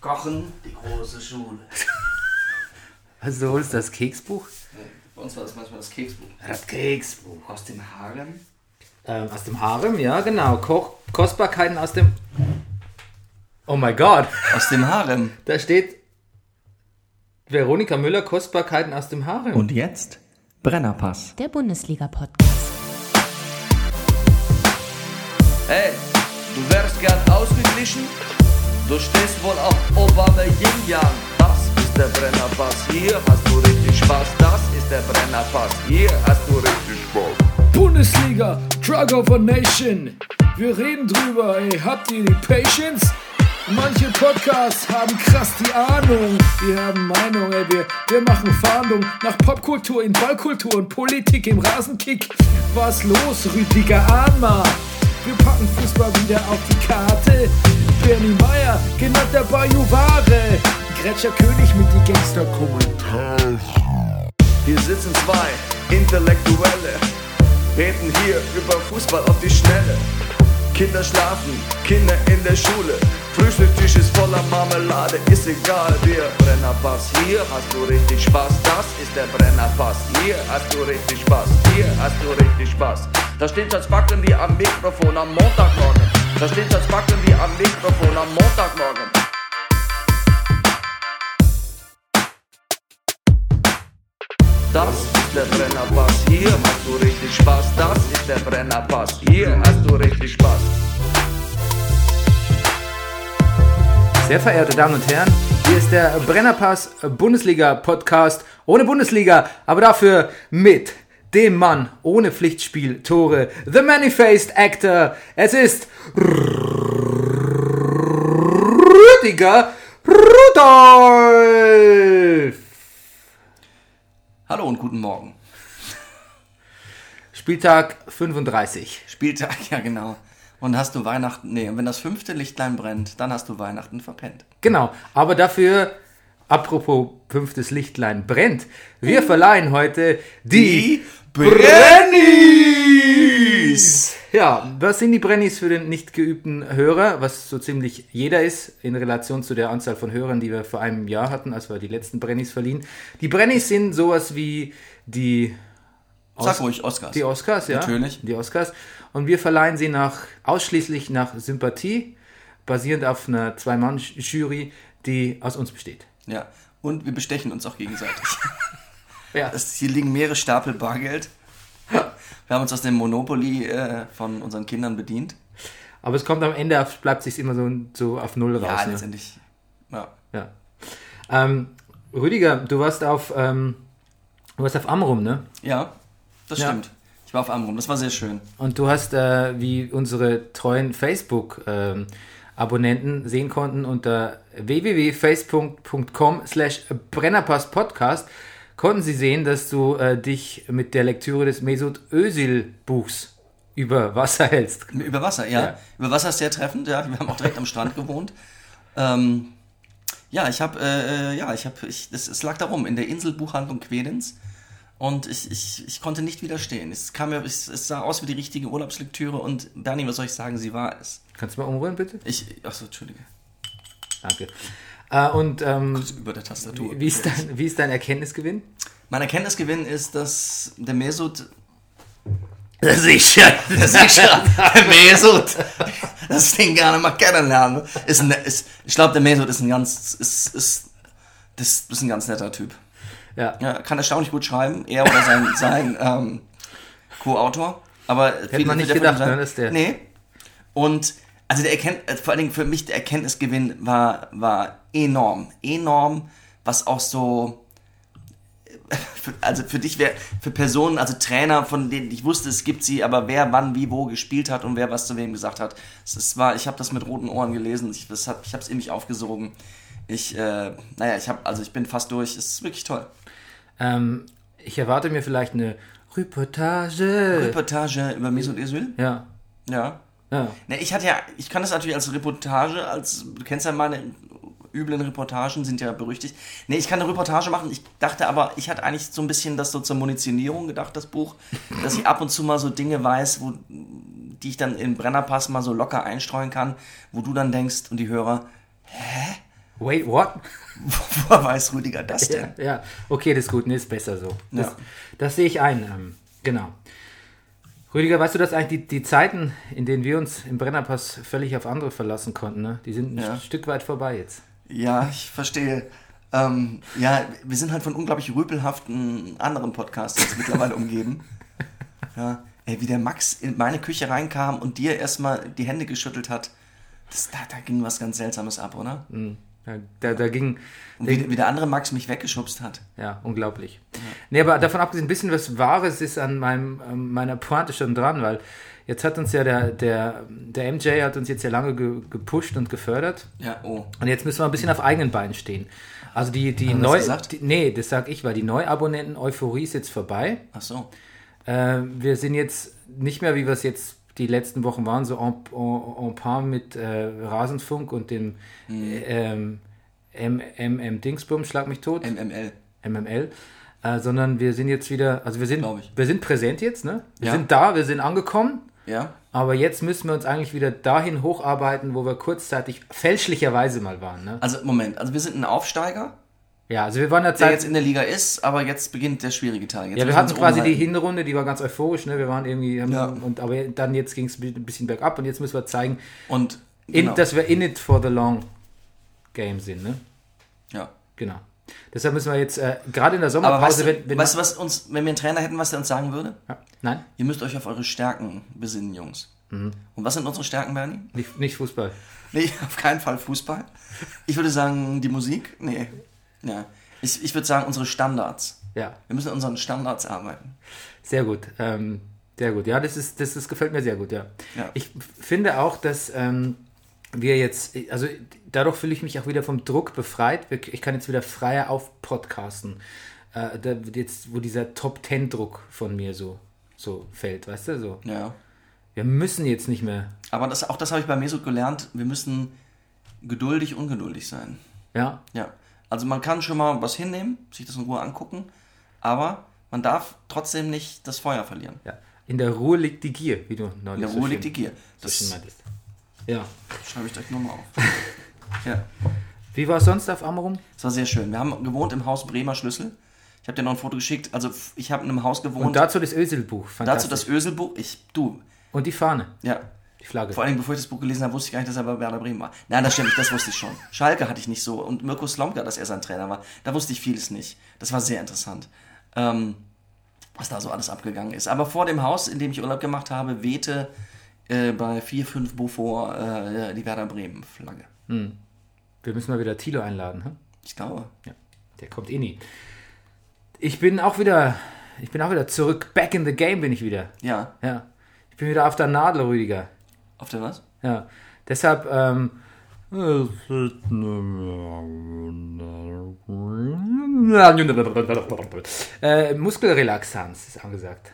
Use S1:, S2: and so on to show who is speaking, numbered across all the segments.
S1: Kochen, die große Schule.
S2: Also du holst das Keksbuch?
S1: Bei uns war das manchmal das Keksbuch.
S2: Das Keksbuch.
S1: Aus dem Harem.
S2: Ähm, aus dem Harem, ja genau. Koch Kostbarkeiten aus dem... Oh mein Gott,
S1: Aus dem Harem.
S2: da steht Veronika Müller Kostbarkeiten aus dem Harem.
S3: Und jetzt Brennerpass.
S4: Der Bundesliga-Podcast.
S5: Hey, du wärst gern ausgeglichen? Du stehst wohl auf Obama Yin Yang. Das ist der Brennerpass. Hier hast du richtig Spaß. Das ist der Brennerpass. Hier hast du richtig Spaß.
S6: Bundesliga, Drug of a Nation. Wir reden drüber, ey, habt ihr die Patience? Manche Podcasts haben krass die Ahnung. Wir haben Meinung, ey, wir, wir machen Fahndung nach Popkultur in Ballkultur und Politik im Rasenkick. Was los, Rüdiger Ahnma? Wir packen Fußball wieder auf die Karte. Bernie Meyer, genannt der Bajuware. Gretscher König mit die Gangster-Kommentare.
S5: Hier sitzen zwei Intellektuelle, reden hier über Fußball auf die Schnelle. Kinder schlafen, Kinder in der Schule, Frühstückstisch ist voller Marmelade, ist egal, wir Brennerpass, hier hast du richtig Spaß, das ist der Brennerpass, hier hast du richtig Spaß, hier hast du richtig Spaß. Da steht als Backen wie am Mikrofon am Montagmorgen, da steht als Backen wie am Mikrofon am Montagmorgen. Das ist der Brennerpass, hier hast du richtig Spaß. Das ist der Brennerpass, hier hast du richtig Spaß.
S2: Sehr verehrte Damen und Herren, hier ist der Brennerpass Bundesliga Podcast ohne Bundesliga, aber dafür mit dem Mann ohne Pflichtspiel Tore, The Manifest Actor. Es ist Rüdiger Rudolf.
S1: Hallo und guten Morgen.
S2: Spieltag 35.
S1: Spieltag, ja genau. Und hast du Weihnachten, nee, und wenn das fünfte Lichtlein brennt, dann hast du Weihnachten verpennt.
S2: Genau, aber dafür, apropos fünftes Lichtlein brennt, wir verleihen heute die, Brennies! Ja, was sind die Brennies für den nicht geübten Hörer, was so ziemlich jeder ist in Relation zu der Anzahl von Hörern, die wir vor einem Jahr hatten, als wir die letzten Brennies verliehen. Die Brennies sind sowas wie die
S1: Sag ruhig, Oscars.
S2: die Oscars, ja.
S1: Natürlich.
S2: Die Oscars. Und wir verleihen sie nach, ausschließlich nach Sympathie, basierend auf einer Zwei-Mann-Jury, die aus uns besteht.
S1: Ja. Und wir bestechen uns auch gegenseitig.
S2: Ja,
S1: Es- Hier liegen mehrere Stapel Bargeld. Wir haben uns aus dem Monopoly äh, von unseren Kindern bedient.
S2: aber es kommt am Ende, auf- bleibt sich immer so, so auf Null
S1: Ja,
S2: raus. ne?
S1: letztendlich. Ja.
S2: ja. Ähm, Rüdiger, du warst auf, ähm, du warst auf Amrum, ne?
S1: ja, das
S2: Ja.
S1: stimmt. Ich war auf Amrum, das war sehr schön.
S2: Und du hast, äh, wie unsere treuen Facebook-Abonnenten sehen konnten, unter www.facebook.com slash brennerpasspodcast konnten sie sehen, dass du äh, dich mit der Lektüre des Mesut Özil-Buchs über Wasser hältst.
S1: Über Wasser, ja.
S2: Ja.
S1: Über Wasser ist sehr treffend, ja. Wir haben auch direkt am Strand gewohnt. Ähm, ja, ich habe, äh, ja, ich habe, ich, es, es lag darum, in der Inselbuchhandlung Quedens. Und ich, ich, ich konnte nicht widerstehen. Es, kam mir, es, es sah aus wie die richtige Urlaubslektüre und Bernie, was soll ich sagen, sie war es.
S2: Kannst du mal umrühren, bitte?
S1: Ich, achso, Entschuldige,
S2: Danke. Äh, und ähm,
S1: über der Tastatur.
S2: wie, ist dein, wie ist dein Erkenntnisgewinn?
S1: Mein Erkenntnisgewinn ist, dass der Mesut
S2: Sicher.
S1: Sicher, der Mesut. Das Ding gerne mal kennenlernen. Ist ein, ist, ich glaube, der Mesut ist ein ganz, ist, ist, das ist ein ganz netter Typ.
S2: Ja.
S1: Ja, kann erstaunlich gut schreiben, er oder sein, sein ähm, Co-Autor. Aber Hätte
S2: man nicht gedacht, ne, dass der-
S1: Nee. Und also der Erkennt, äh, vor allen Dingen für mich der Erkenntnisgewinn war, war enorm. Enorm, was auch so. Für, also für dich wäre, für Personen, also Trainer, von denen ich wusste, es gibt sie, aber wer wann wie wo gespielt hat und wer was zu wem gesagt hat. Es ist- war, ich habe das mit roten Ohren gelesen, ich, das hab, ich habe es in mich aufgesogen. Ich, äh, naja, ich habe, also ich bin fast durch, es ist wirklich toll.
S2: Ähm, ich erwarte mir vielleicht eine Reportage.
S1: Reportage über Mesut Özil?
S2: ja.
S1: Ja.
S2: ja.
S1: Ne, ich hatte ja, ich kann das natürlich als Reportage, als du kennst ja meine üblen Reportagen sind ja berüchtigt. Ne, ich kann eine Reportage machen. Ich dachte aber, ich hatte eigentlich so ein bisschen das so zur Munitionierung gedacht, das Buch, dass ich ab und zu mal so Dinge weiß, wo die ich dann im Brennerpass mal so locker einstreuen kann, wo du dann denkst und die Hörer, hä?
S2: Wait, what?
S1: Woher weiß Rüdiger das
S2: Ja,
S1: denn?
S2: ja, okay, das ist gut, nee, ist besser so. Das,
S1: Ja.
S2: das sehe ich ein, ähm, genau. Rüdiger, weißt du, dass eigentlich die, die Zeiten, in denen wir uns im Brennerpass völlig auf andere verlassen konnten, ne? die sind ein
S1: Ja.
S2: Stück weit vorbei jetzt.
S1: Ja, ich verstehe. Ähm, ja, wir sind halt von unglaublich rüpelhaften anderen Podcasts jetzt mittlerweile umgeben. Ja, ey, wie der Max in meine Küche reinkam und dir erstmal die Hände geschüttelt hat, das, da, da ging was ganz Seltsames ab, oder?
S2: Mhm.
S1: Und
S2: Da, da, da ging,
S1: wie, wie der andere Max mich weggeschubst hat.
S2: ja, unglaublich. Nee, aber davon abgesehen, ein bisschen was Wahres ist an meinem, ähm, meiner Pointe schon dran, weil jetzt hat uns ja der, der, der MJ hat uns jetzt ja lange ge, gepusht und gefördert.
S1: Ja, oh.
S2: Und jetzt müssen wir ein bisschen auf eigenen Beinen stehen. Also die, die
S1: du
S2: neu,
S1: das gesagt?
S2: die, nee, das sag ich, weil die Neuabonnenten-Euphorie ist jetzt vorbei.
S1: Ach so.
S2: Äh, wir sind jetzt nicht mehr, wie wir es jetzt die letzten Wochen waren, so en, en, en par mit äh, Rasenfunk und dem
S1: Mhm.
S2: ähm, M, M, M Dingsbum, schlag mich tot,
S1: MML.
S2: MML, äh, sondern wir sind jetzt wieder, also wir sind,
S1: Glaub ich.
S2: wir sind präsent jetzt, ne? Wir
S1: Ja.
S2: sind da, wir sind angekommen.
S1: Ja?
S2: Aber jetzt müssen wir uns eigentlich wieder dahin hocharbeiten, wo wir kurzzeitig fälschlicherweise mal waren. Ne?
S1: Also, Moment. Also, wir sind ein Aufsteiger,
S2: Ja, also wir waren ja
S1: der
S2: Zeit,
S1: jetzt in der Liga ist, aber jetzt beginnt der schwierige Teil. Jetzt
S2: Ja, wir
S1: müssen uns
S2: hatten quasi die
S1: umhalten.
S2: Hinrunde, die war ganz euphorisch, ne? Wir waren irgendwie, haben,
S1: halt. Ja.
S2: und, aber dann jetzt ging es ein bisschen bergab und jetzt müssen wir zeigen,
S1: Und,
S2: in,
S1: genau.
S2: dass wir in it for the long game sind, ne?
S1: ja.
S2: Genau. Deshalb müssen wir jetzt, äh, gerade in der
S1: Aber weißt
S2: Sommerpause,
S1: du,
S2: wenn, wenn
S1: weißt du, was uns, wenn wir einen Trainer hätten, was der uns sagen würde?
S2: ja, nein,
S1: Ihr müsst euch auf eure Stärken besinnen, Jungs.
S2: Mhm.
S1: Und was sind unsere Stärken, Bernie?
S2: nicht, nicht Fußball.
S1: Nee, auf keinen Fall Fußball. Ich würde sagen, die Musik? Nee. Ja. Ich, ich würde sagen, unsere Standards.
S2: Ja,
S1: Wir müssen an unseren Standards arbeiten.
S2: sehr gut. Ähm, sehr gut. Ja, das ist, das, das gefällt mir sehr gut, ja.
S1: Ja.
S2: Ich finde auch, dass ähm, wir jetzt, also dadurch fühle ich mich auch wieder vom Druck befreit. Wir- Ich kann jetzt wieder freier aufpodcasten. Äh, da, wird jetzt, wo dieser Top Ten Druck von mir so, so fällt, weißt du? So.
S1: Ja.
S2: Wir müssen jetzt nicht mehr.
S1: Aber das, auch das habe ich bei Mesut gelernt. Wir müssen geduldig, ungeduldig sein.
S2: Ja,
S1: Ja. Also man kann schon mal was hinnehmen, sich das in Ruhe angucken, aber man darf trotzdem nicht das Feuer verlieren.
S2: ja. In der Ruhe liegt die Gier, wie du neulich
S1: In der
S2: so
S1: Ruhe
S2: schön-
S1: liegt die Gier.
S2: so
S1: Das
S2: schön meintest. Ja.
S1: schreibe ich euch nochmal auf. ja.
S2: Wie war es sonst auf Amrum?
S1: Es war sehr schön. Wir haben gewohnt im Haus Bremer Schlüssel. Ich habe dir noch ein Foto geschickt. Also f- ich habe in einem Haus gewohnt.
S2: Und, dazu das Öselbuch.
S1: dazu
S2: Fantastisch.
S1: das Öselbuch. Ich, du,
S2: Und die Fahne,
S1: ja.
S2: die Flagge.
S1: Vor allem, bevor ich das Buch gelesen habe, wusste ich gar nicht, dass er bei Werder Bremen war. Nein, das stimmt nicht, das wusste ich schon. Schalke hatte ich nicht so und Mirko Slomka, dass er sein Trainer war. Da wusste ich vieles nicht. Das war sehr interessant, ähm, was da so alles abgegangen ist. Aber vor dem Haus, in dem ich Urlaub gemacht habe, wehte äh, bei 4-5 Beaufort äh, die Werder Bremen-Flagge.
S2: Wir müssen mal wieder Thilo einladen. Hm?
S1: Ich glaube.
S2: Der kommt eh nie. Ich bin auch wieder, ich bin auch wieder zurück. Back in the game bin ich wieder.
S1: Ja.
S2: Ja. Ich bin wieder auf der Nadel, Rüdiger.
S1: Auf der was?
S2: Ja. Deshalb, ähm, äh, Muskelrelaxanz ist angesagt.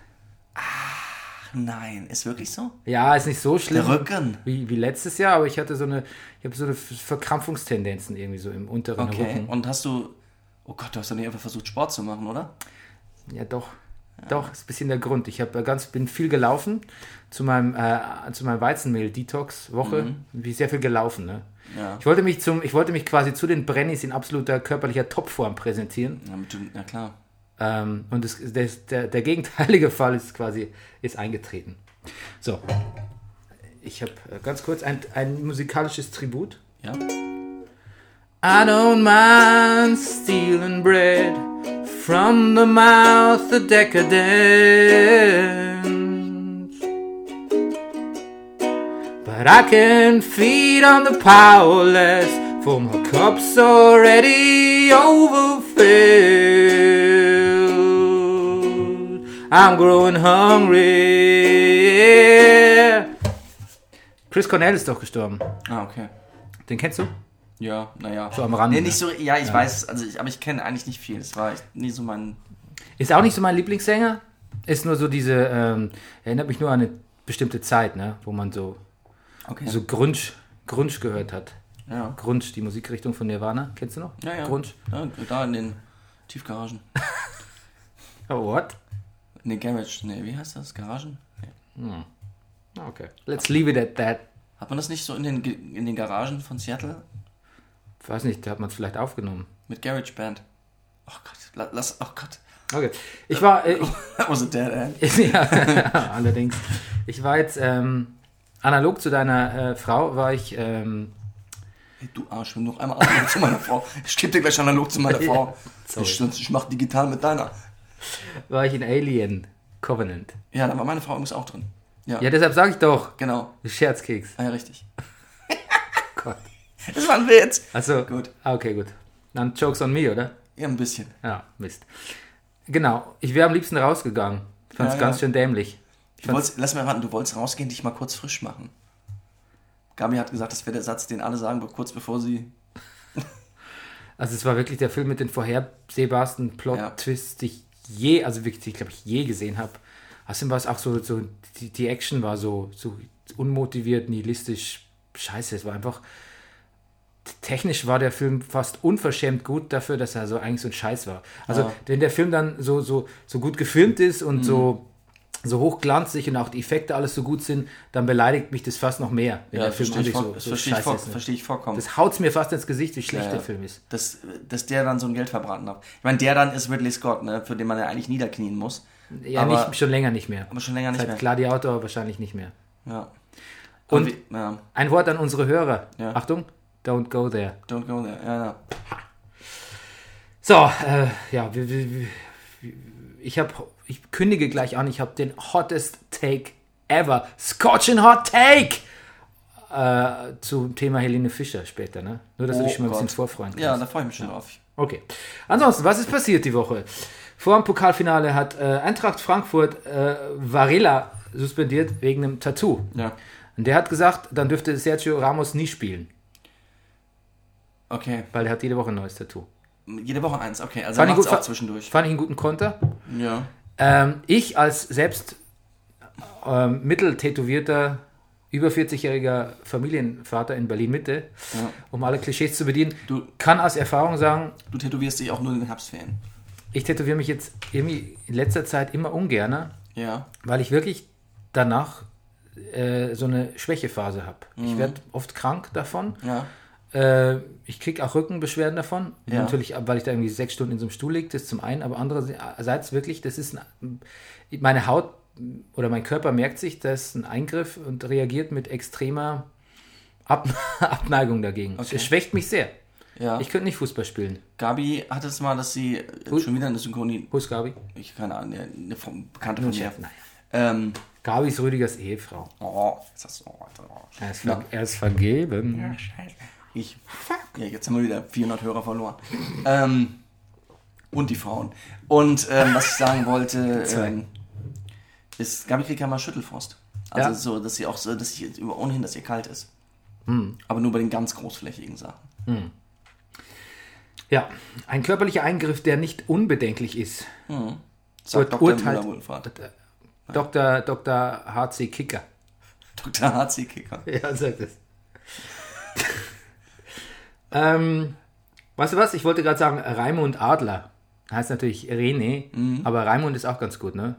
S1: Nein, ist wirklich so?
S2: Ja, ist nicht so schlimm
S1: Der Rücken.
S2: Wie, wie letztes Jahr, aber ich hatte so eine, ich habe so eine Verkrampfungstendenzen irgendwie so im unteren
S1: Okay.
S2: Rücken.
S1: Und hast du. Oh Gott, du hast doch nicht einfach versucht, Sport zu machen, oder?
S2: Ja, doch. Doch, ist ein bisschen der Grund. Ich hab äh, ganz, bin viel gelaufen zu meinem, äh, zu meinem Weizenmehl-Detox-Woche. Bin sehr viel gelaufen. Ne?
S1: Ja.
S2: Ich, wollte mich zum, ich wollte mich quasi zu den Brennies in absoluter körperlicher Topform präsentieren.
S1: Damit du, na klar.
S2: Ähm, und das, das, der, der gegenteilige Fall ist quasi ist eingetreten. So. Ich habe äh, ganz kurz ein, ein musikalisches Tribut.
S1: Ja?
S2: I don't mind stealing bread from the mouth of decadence. But I can feed on the powerless, for my cup's already overfilled. I'm growing hungry. Chris Cornell ist doch gestorben.
S1: Ah, okay.
S2: Den kennst du?
S1: Ja, naja.
S2: So am Rande,
S1: Nee, nicht so, ja, ich weiß, also ich, aber ich kenne eigentlich nicht viel. Es war echt nie so mein.
S2: Ist auch nicht so mein Lieblingssänger. Ist nur so diese, ähm, erinnert mich nur an eine bestimmte Zeit, ne? wo man so,
S1: Okay.
S2: so Grunge, Grunge gehört hat.
S1: ja.
S2: Grunge, die Musikrichtung von Nirvana, kennst du noch?
S1: Ja, ja.
S2: Grunge.
S1: ja. Da in den Tiefgaragen.
S2: Oh, what?
S1: In den Garage. Nee, wie heißt das? Garagen?
S2: Okay. Let's leave it at that.
S1: Hat man das nicht so in den, Ge- in den Garagen von Seattle?
S2: Ich weiß nicht, da hat man es vielleicht aufgenommen.
S1: Mit GarageBand. Oh Gott, la- lass, oh Gott.
S2: Okay. Ich war, äh,
S1: That was a dead end.
S2: ich, ja, allerdings, ich war jetzt, ähm, analog zu deiner äh, Frau, war ich, ähm,
S1: Hey, du Arsch, wenn du noch einmal analog zu meiner Frau. Ich gebe dir gleich analog zu meiner
S2: Ja,
S1: Frau.
S2: sorry.
S1: ich, sonst, ich mach digital mit deiner.
S2: war ich in Alien Covenant.
S1: Ja, da war meine Frau übrigens auch drin. Ja,
S2: Ja, deshalb sage ich doch,
S1: genau.
S2: Scherzkeks.
S1: Ah, ja, richtig.
S2: Gott.
S1: Das war ein Witz.
S2: Also,
S1: Gut.
S2: Ah, okay, gut. Dann Jokes on me, oder?
S1: Ja, ein bisschen.
S2: Ja, Mist. Genau, ich wäre am liebsten rausgegangen. Ich fand's
S1: Ja,
S2: ganz
S1: ja.
S2: schön dämlich.
S1: Du wolltest, lass mal raten, du wolltest rausgehen, dich mal kurz frisch machen. Gabi hat gesagt, das wäre der Satz, den alle sagen, be- kurz bevor sie.
S2: Also es war wirklich der Film mit den vorhersehbarsten Plot-Twists, die ich je, also wirklich, die ich glaube ich je gesehen habe. Außerdem war es auch so, so die, die Action war so, so unmotiviert, nihilistisch, scheiße, es war einfach, technisch war der Film fast unverschämt gut dafür, dass er so eigentlich so ein Scheiß war. Also wenn der Film dann so, so, so gut gefilmt ist und so,
S1: Mhm.
S2: so hochglanzig und auch die Effekte alles so gut sind, dann beleidigt mich das fast noch mehr. Wenn
S1: Ja,
S2: der Film
S1: verstehe ich,
S2: eigentlich
S1: voll- das verstehe ich,
S2: scheiße
S1: voll-
S2: ist. ne?
S1: verstehe ich vollkommen.
S2: Das haut's mir fast ins Gesicht, wie schlecht
S1: Ja, ja.
S2: der Film ist.
S1: dass, dass der dann so ein Geld verbraten hat. Ich meine, der dann ist Ridley Scott, ne, für den man ja eigentlich niederknien muss.
S2: Ja,
S1: Aber-
S2: nicht, schon länger nicht mehr.
S1: Aber schon länger nicht
S2: Seit
S1: mehr.
S2: Gladiator wahrscheinlich nicht mehr.
S1: Ja.
S2: Und-
S1: wie- ja,
S2: Ein Wort an unsere Hörer.
S1: Ja.
S2: Achtung, don't go there.
S1: don't go there. Ja, ja.
S2: So, äh, ja, wir, wir, wir, ich habe, ich kündige gleich an, ich habe den hottest Take ever, Scorching Hot Take äh, zum Thema Helene Fischer später, ne? Nur, dass du
S1: Oh
S2: dich schon mal ein
S1: Gott.
S2: bisschen vorfreuen kannst.
S1: ja da freue ich mich schon drauf.
S2: Okay. Ansonsten, was ist passiert die Woche? Vor dem Pokalfinale hat äh, Eintracht Frankfurt äh, Varela suspendiert wegen einem Tattoo.
S1: Ja.
S2: Und der hat gesagt, dann dürfte Sergio Ramos nie spielen,
S1: Okay.
S2: weil er hat jede Woche ein neues Tattoo.
S1: Jede Woche eins, okay. Also
S2: Fand ich
S1: macht's
S2: gut,
S1: auch
S2: fa-
S1: zwischendurch.
S2: Fand ich einen guten Konter.
S1: Ja.
S2: Ähm, ich als selbst ähm, mitteltätowierter, über 40-jähriger Familienvater in Berlin-Mitte, um alle Klischees zu bedienen,
S1: Du-
S2: kann aus Erfahrung sagen,
S1: Du tätowierst dich auch nur in den Herbstferien.
S2: ich tätowiere mich jetzt irgendwie in letzter Zeit immer ungerner,
S1: Ja.
S2: weil ich wirklich danach äh, so eine Schwächephase habe. Ich werde oft krank davon.
S1: Ja.
S2: Äh, ich kriege auch Rückenbeschwerden davon.
S1: Ja.
S2: Natürlich, weil ich da irgendwie sechs Stunden in so einem Stuhl liege, das zum einen, aber andererseits wirklich, das ist ein, meine Haut oder mein Körper merkt sich, das ist ein Eingriff und reagiert mit extremer Ab Abneigung dagegen. Es schwächt mich sehr.
S1: Ja.
S2: Ich könnte nicht Fußball spielen.
S1: Gabi hatte es mal, dass sie äh,
S2: Ui.
S1: schon wieder eine Synchronie.
S2: Wo ist Gabi?
S1: Ich keine Ahnung, eine, eine Fr- Bekannte von mir.
S2: Naja.
S1: Ähm,
S2: Gabi ist Rüdigers Ehefrau.
S1: oh, ist das, oh, oh.
S2: Er ist, ver er ist vergeben.
S1: Ich. Ja, jetzt haben wir wieder 400 Hörer verloren. ähm, und die Frauen. Und ähm, was ich sagen wollte,
S2: Zwei.
S1: ähm, ist, Gabi kriegt ja mal Schüttelfrost. Also
S2: Ja.
S1: so, dass sie auch so, dass ich über ohnehin, dass ihr kalt ist.
S2: Hm.
S1: Aber nur bei den ganz großflächigen Sachen.
S2: Ja, ein körperlicher Eingriff, der nicht unbedenklich ist.
S1: Sagt
S2: Ur-
S1: Dr.
S2: urteilt-
S1: Müller-Wohlfahrt.
S2: Dr. Dr. H.C. Kicker.
S1: Dr. HC Kicker.
S2: Ja, sag das. ähm, weißt du was? Ich wollte gerade sagen, Raimund Adler. Heißt natürlich René, aber Raimund ist auch ganz gut, ne?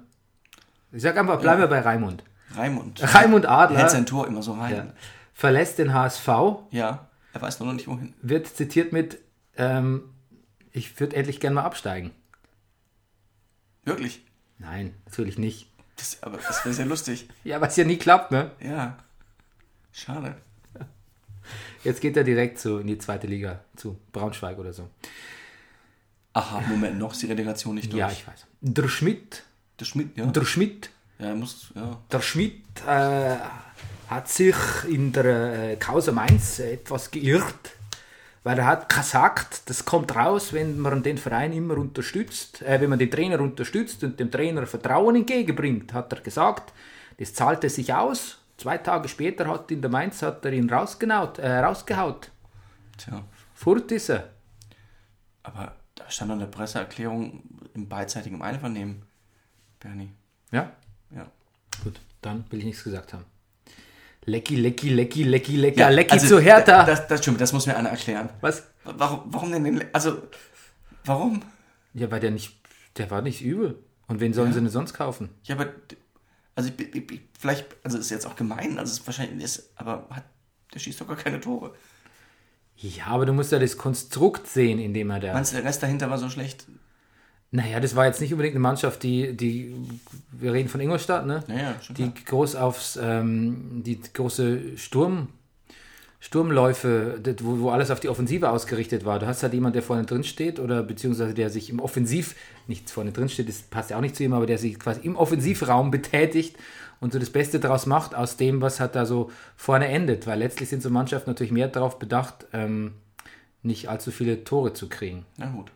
S2: Ich sag einfach, bleiben wir bei Raimund.
S1: Raimund.
S2: Raimund Adler
S1: Hält sein Tor immer so rein.
S2: verlässt den HSV,
S1: Ja. Er weiß nur noch nicht wohin.
S2: wird zitiert mit, ähm, ich würde endlich gern mal absteigen.
S1: Wirklich.
S2: Nein, natürlich nicht.
S1: Das, aber das wäre sehr lustig.
S2: Ja, was ja nie klappt, ne?
S1: Ja. Schade.
S2: Jetzt geht er direkt so in die zweite Liga, zu Braunschweig oder so.
S1: Aha, Moment, noch ist die Relegation nicht durch.
S2: Ja, ich weiß. Der Schmidt,
S1: Der Schmidt, ja.
S2: der Schmidt
S1: Ja, er muss, ja.
S2: Der Schmidt äh, hat sich in der äh, Causa Mainz etwas geirrt, weil er hat gesagt, das kommt raus, wenn man den Verein immer unterstützt, äh, wenn man den Trainer unterstützt und dem Trainer Vertrauen entgegenbringt, hat er gesagt, das zahlte sich aus. Zwei Tage später hat in der Mainz hat er ihn rausgenaut, äh, rausgehaut.
S1: Tja.
S2: Furt ist er.
S1: Aber da stand doch eine Presseerklärung im beidseitigen Einvernehmen, Bernie.
S2: Ja,
S1: Ja.
S2: gut, dann will ich nichts gesagt haben. Lecki, lecki, lecki, lecki, lecker,
S1: Ja,
S2: lecki
S1: also,
S2: zu Hertha.
S1: Das, das stimmt, das muss mir einer erklären.
S2: Was?
S1: Warum, warum denn den, also, warum?
S2: Ja, weil der nicht, der war nicht übel. Und wen sollen sie denn sonst kaufen?
S1: Ja, aber, also, ich, bin- ich, ich, vielleicht, also, ist jetzt auch gemein, also, es ist wahrscheinlich, ist, aber hat, der schießt doch gar keine Tore.
S2: Ja, aber du musst ja das Konstrukt sehen, in dem er da.
S1: Meinst du, der Rest dahinter war so schlecht?
S2: Naja, das war jetzt nicht unbedingt eine Mannschaft, die, die wir reden von Ingolstadt, ne?
S1: Ja, ja, schon
S2: die
S1: klar.
S2: groß aufs, ähm, die große Sturm, Sturmläufe, das, wo, wo alles auf die Offensive ausgerichtet war. Du hast halt jemanden, der vorne drin steht oder beziehungsweise der sich im Offensiv, nicht vorne drin steht, das passt ja auch nicht zu ihm, aber der sich quasi im Offensivraum betätigt und so das Beste draus macht aus dem, was halt da so vorne endet. Weil letztlich sind so Mannschaften natürlich mehr darauf bedacht, ähm, nicht allzu viele Tore zu kriegen.
S1: Na gut.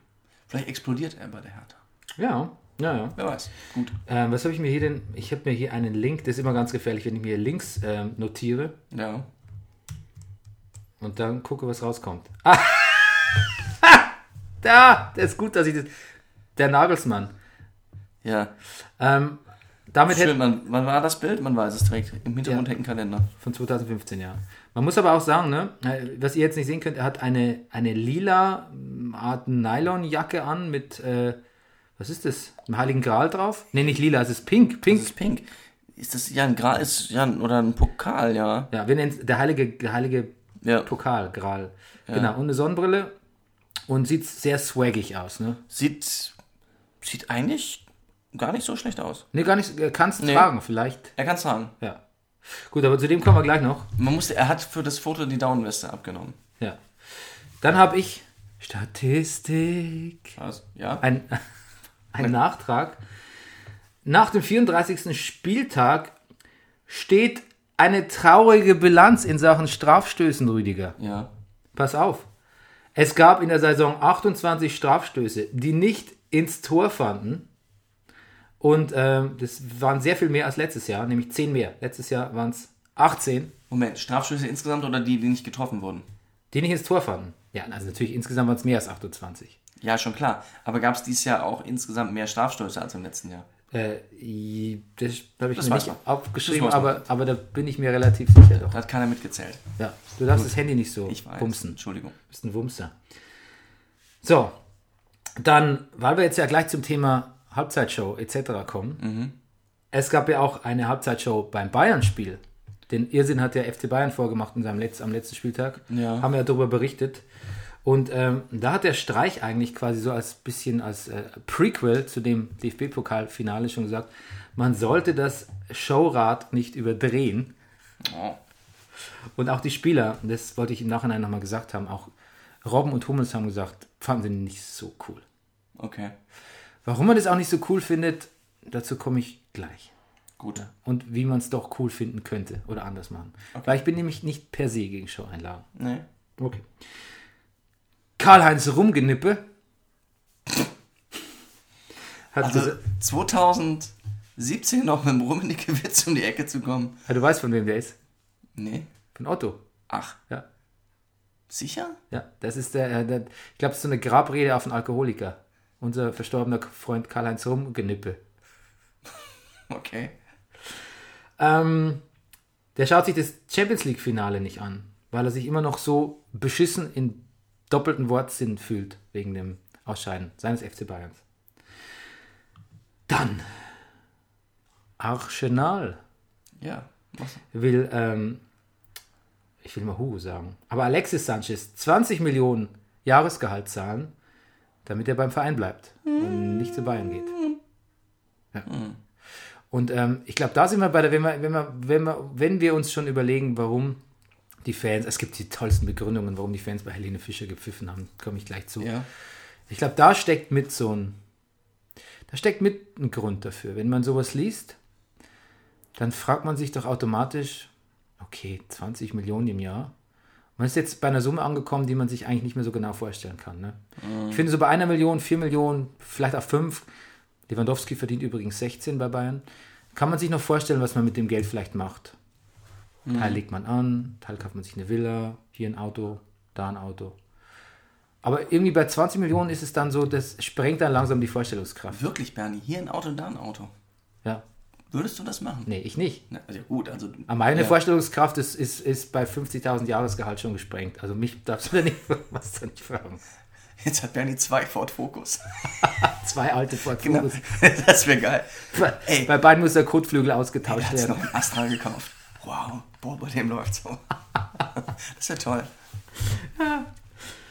S1: Vielleicht explodiert er bei der Hertha.
S2: Ja, ja, ja.
S1: Wer weiß. Gut.
S2: Ähm, was habe ich mir hier denn? Ich habe mir hier einen Link, das ist immer ganz gefährlich, wenn ich mir Links ähm, notiere
S1: Ja.
S2: und dann gucke, was rauskommt. Ah! da! Das ist gut, dass ich das. Der Nagelsmann.
S1: Ja.
S2: Ähm, damit hätte
S1: Schön, man, wann war das Bild? Man weiß es direkt. Im Hintergrund
S2: Ja.
S1: hängt ein Kalender.
S2: von 2015, ja. Man muss aber auch sagen, ne, äh, was ihr jetzt nicht sehen könnt, er hat eine, eine lila ähm, Art Nylonjacke an mit, äh, was ist das? Im Heiligen Gral drauf? Ne, nicht lila, es ist pink. Pink.
S1: Das ist pink. Ist das ja ein Gral ist ja ein, oder ein Pokal, ja.
S2: ja, wir nennen es der Heilige, der Heilige
S1: Ja.
S2: Pokal, Gral. Genau, und eine Sonnenbrille. Und sieht sehr swaggig aus, ne?
S1: Sieht sieht eigentlich gar nicht so schlecht aus.
S2: Ne, gar nicht, äh, kannst tragen vielleicht.
S1: Er kann sagen.
S2: Ja. Gut, aber zu dem kommen wir gleich noch.
S1: Man musste, er hat für das Foto die Downweste abgenommen.
S2: Ja. Dann habe ich Statistik.
S1: Was? Ja.
S2: Ein, ein Nachtrag. Nach dem 34. Spieltag steht eine traurige Bilanz in Sachen Strafstößen, Rüdiger.
S1: Ja.
S2: Pass auf. Es gab in der Saison 28 Strafstöße, die nicht ins Tor fanden. Und ähm, das waren sehr viel mehr als letztes Jahr, nämlich 10 mehr. Letztes Jahr waren es 18,
S1: Moment, Strafstöße insgesamt oder die, die nicht getroffen wurden?
S2: die nicht ins Tor fanden. Ja, also natürlich insgesamt waren es mehr als 28.
S1: Ja, schon klar. Aber gab es dieses Jahr auch insgesamt mehr Strafstöße als im letzten Jahr?
S2: Äh, i- das habe ich
S1: Das
S2: mir
S1: weiß
S2: nicht
S1: man.
S2: aufgeschrieben,
S1: Das weiß man.
S2: aber, aber da bin ich mir relativ sicher. Doch.
S1: Da hat keiner mitgezählt.
S2: Ja, du darfst das Handy nicht so
S1: Ich weiß.
S2: bumsen.
S1: Entschuldigung.
S2: bist ein Wumster. So, dann, weil wir jetzt ja gleich zum Thema Halbzeitshow etc. kommen. Es gab ja auch eine Halbzeitshow beim Bayern-Spiel. Den Irrsinn hat der FC Bayern vorgemacht in seinem letzten, am letzten Spieltag.
S1: Ja.
S2: Haben wir ja darüber berichtet. Und ähm, da hat der Streich eigentlich quasi so als bisschen als äh, Prequel zu dem DFB-Pokalfinale schon gesagt, man sollte das Showrad nicht überdrehen.
S1: Oh.
S2: Und auch die Spieler, das wollte ich im Nachhinein nochmal gesagt haben, auch Robben und Hummels haben gesagt, fanden sie nicht so cool.
S1: Okay.
S2: Warum man das auch nicht so cool findet, dazu komme ich gleich.
S1: Gut.
S2: Und wie man es doch cool finden könnte oder anders machen. Weil ich bin nämlich nicht per se gegen Show-Einlagen.
S1: Nee.
S2: Okay. Karl-Heinz Rumgenippe hat
S1: Also
S2: gesagt,
S1: 2017 noch mit dem Rummenigge Witz um die Ecke zu kommen.
S2: ah, du weißt, von wem der ist.
S1: Nee.
S2: Von Otto.
S1: Ach,
S2: Ja,
S1: sicher?
S2: ja. das ist der, äh, der ich glaube, es ist so eine Grabrede auf einen Alkoholiker. Unser verstorbener Freund Karl-Heinz Rumgenippe.
S1: Okay.
S2: Ähm, der schaut sich das Champions League Finale nicht an, weil er sich immer noch so beschissen in doppelten Wortsinn fühlt wegen dem Ausscheiden seines FC Bayerns. Dann Arsenal
S1: Ja. Was?
S2: will, ähm, ich will mal Hugo sagen, aber Alexis Sanchez 20 Millionen Jahresgehalt zahlen, damit er beim Verein bleibt und nicht zu Bayern geht. Ja. Und ähm, ich glaube, da sind wir bei der, wenn wir, wenn wir, wenn wir, wenn wir uns schon überlegen, warum die Fans, es gibt die tollsten Begründungen, warum die Fans bei Helene Fischer gepfiffen haben, komme ich gleich zu.
S1: Ja.
S2: Ich glaube, da steckt mit so ein, da steckt mit ein Grund dafür. Wenn man sowas liest, dann fragt man sich doch automatisch, okay, 20 Millionen im Jahr. Man ist jetzt bei einer Summe angekommen, die man sich eigentlich nicht mehr so genau vorstellen kann. Ne? Ich finde so bei einer Million, vier Millionen, vielleicht auch fünf, Lewandowski verdient übrigens 16 bei Bayern, kann man sich noch vorstellen, was man mit dem Geld vielleicht macht. Teil legt man an, Teil kauft man sich eine Villa, hier ein Auto, da ein Auto. Aber irgendwie bei 20 Millionen ist es dann so, das sprengt dann langsam die Vorstellungskraft.
S1: Wirklich, Bernie, hier ein Auto und da ein Auto.
S2: Ja.
S1: Würdest du das machen?
S2: Nee, ich nicht.
S1: Na, also gut, also.
S2: Aber Meine
S1: ja.
S2: Vorstellungskraft ist, ist, ist bei 50.000 Jahresgehalt schon gesprengt. Also mich darfst du da nicht, was da nicht fragen.
S1: Jetzt hat Bernie zwei Ford Focus.
S2: Zwei alte Ford
S1: Genau.
S2: Focus.
S1: Das wäre geil.
S2: Bei,
S1: Ey.
S2: bei beiden muss der Kotflügel
S1: Er
S2: ausgetauscht
S1: hat noch
S2: werden.
S1: einen Astra gekauft. Wow, boah, bei dem läuft's so. Das wäre toll.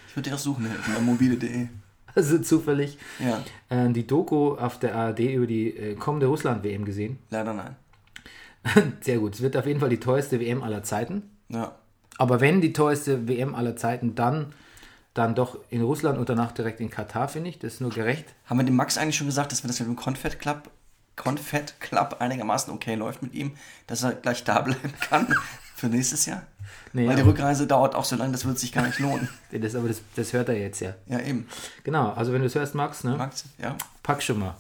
S1: Ich würde dir auch suchen helfen bei mobile.de.
S2: Also zufällig.
S1: Ja,
S2: Äh, die Doku auf der ARD über die äh, kommende Russland-WM gesehen.
S1: leider nein.
S2: Sehr gut. Es wird auf jeden Fall die teuerste WM aller Zeiten.
S1: Ja.
S2: Aber wenn die teuerste WM aller Zeiten, dann, dann doch in Russland und danach direkt in Katar, finde ich. Das ist nur gerecht.
S1: Haben wir dem Max eigentlich schon gesagt, dass wir das mit dem Confett Club, Confett Club einigermaßen okay läuft mit ihm, dass er gleich da bleiben kann für nächstes Jahr?
S2: Nee,
S1: Weil die
S2: aber-
S1: Rückreise dauert auch so lange, das wird sich gar nicht lohnen.
S2: Das, aber das, das hört er jetzt ja.
S1: Ja, eben.
S2: Genau, also wenn du es hörst, Max, ne?
S1: Max, ja.
S2: pack schon mal.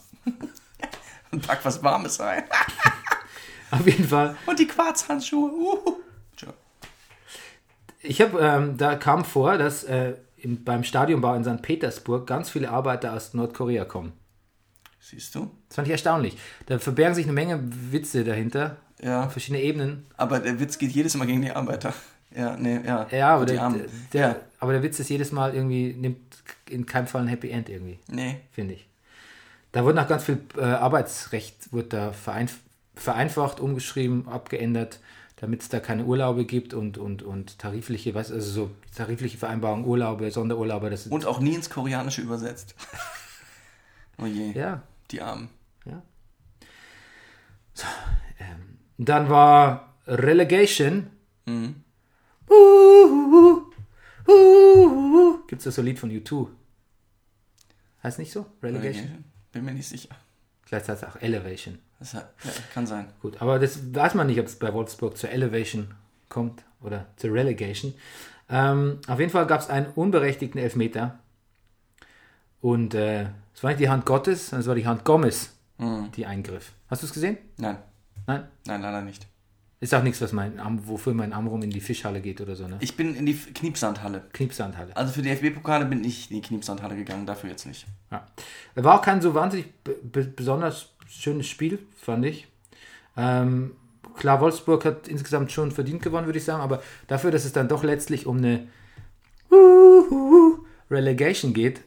S1: Und pack was Warmes rein.
S2: Auf jeden Fall.
S1: Und die Quarzhandschuhe. Uhu. Tja.
S2: Ich habe, ähm, da kam vor, dass äh, im, beim Stadionbau in St. Petersburg ganz viele Arbeiter aus Nordkorea kommen.
S1: Siehst du?
S2: Das fand ich erstaunlich. Da verbergen sich eine Menge Witze dahinter.
S1: Ja.
S2: Auf verschiedene Ebenen.
S1: Aber der Witz geht jedes Mal gegen die Arbeiter. Ja, nee, ja.
S2: Ja, aber
S1: Und die
S2: der,
S1: Armen.
S2: der,
S1: ja.
S2: aber der Witz ist jedes Mal irgendwie, nimmt in keinem Fall ein Happy End irgendwie,
S1: Nee.
S2: finde ich. Da wurde noch ganz viel äh, Arbeitsrecht wurde da vereinf vereinfacht, umgeschrieben, abgeändert, damit es da keine Urlaube gibt und, und, und tarifliche, was, also so tarifliche Vereinbarungen, Urlaube, Sonderurlaube, das ist,
S1: Und auch nie ins Koreanische übersetzt. Oh je.
S2: ja.
S1: Die Armen.
S2: Dann war Relegation. Gibt es das so ein Lied von U2? Heißt nicht so? Relegation?
S1: Oh Bin mir nicht sicher.
S2: Vielleicht heißt es auch Elevation.
S1: Das hat, ja, kann sein.
S2: Gut, aber das weiß man nicht, ob es bei Wolfsburg zur Elevation kommt oder zur Relegation. Ähm, auf jeden Fall gab es einen unberechtigten Elfmeter. Und äh, es war nicht die Hand Gottes, sondern es war die Hand Gomez, die eingriff. Hast du es gesehen?
S1: Nein,
S2: Nein?
S1: nein, leider nicht.
S2: Ist auch nichts, was mein Arm, wofür mein Arm rum in die Fischhalle geht oder so, ne?
S1: Ich bin in die Kniepsandhalle.
S2: Kniepsandhalle.
S1: Also für die FB-Pokale bin ich in die Kniepsandhalle gegangen, dafür jetzt nicht.
S2: Ja. War auch kein so wahnsinnig b- b- besonders schönes Spiel, fand ich. Ähm, klar, Wolfsburg hat insgesamt schon verdient gewonnen, würde ich sagen, aber dafür, dass es dann doch letztlich um eine Uhuhu Relegation geht,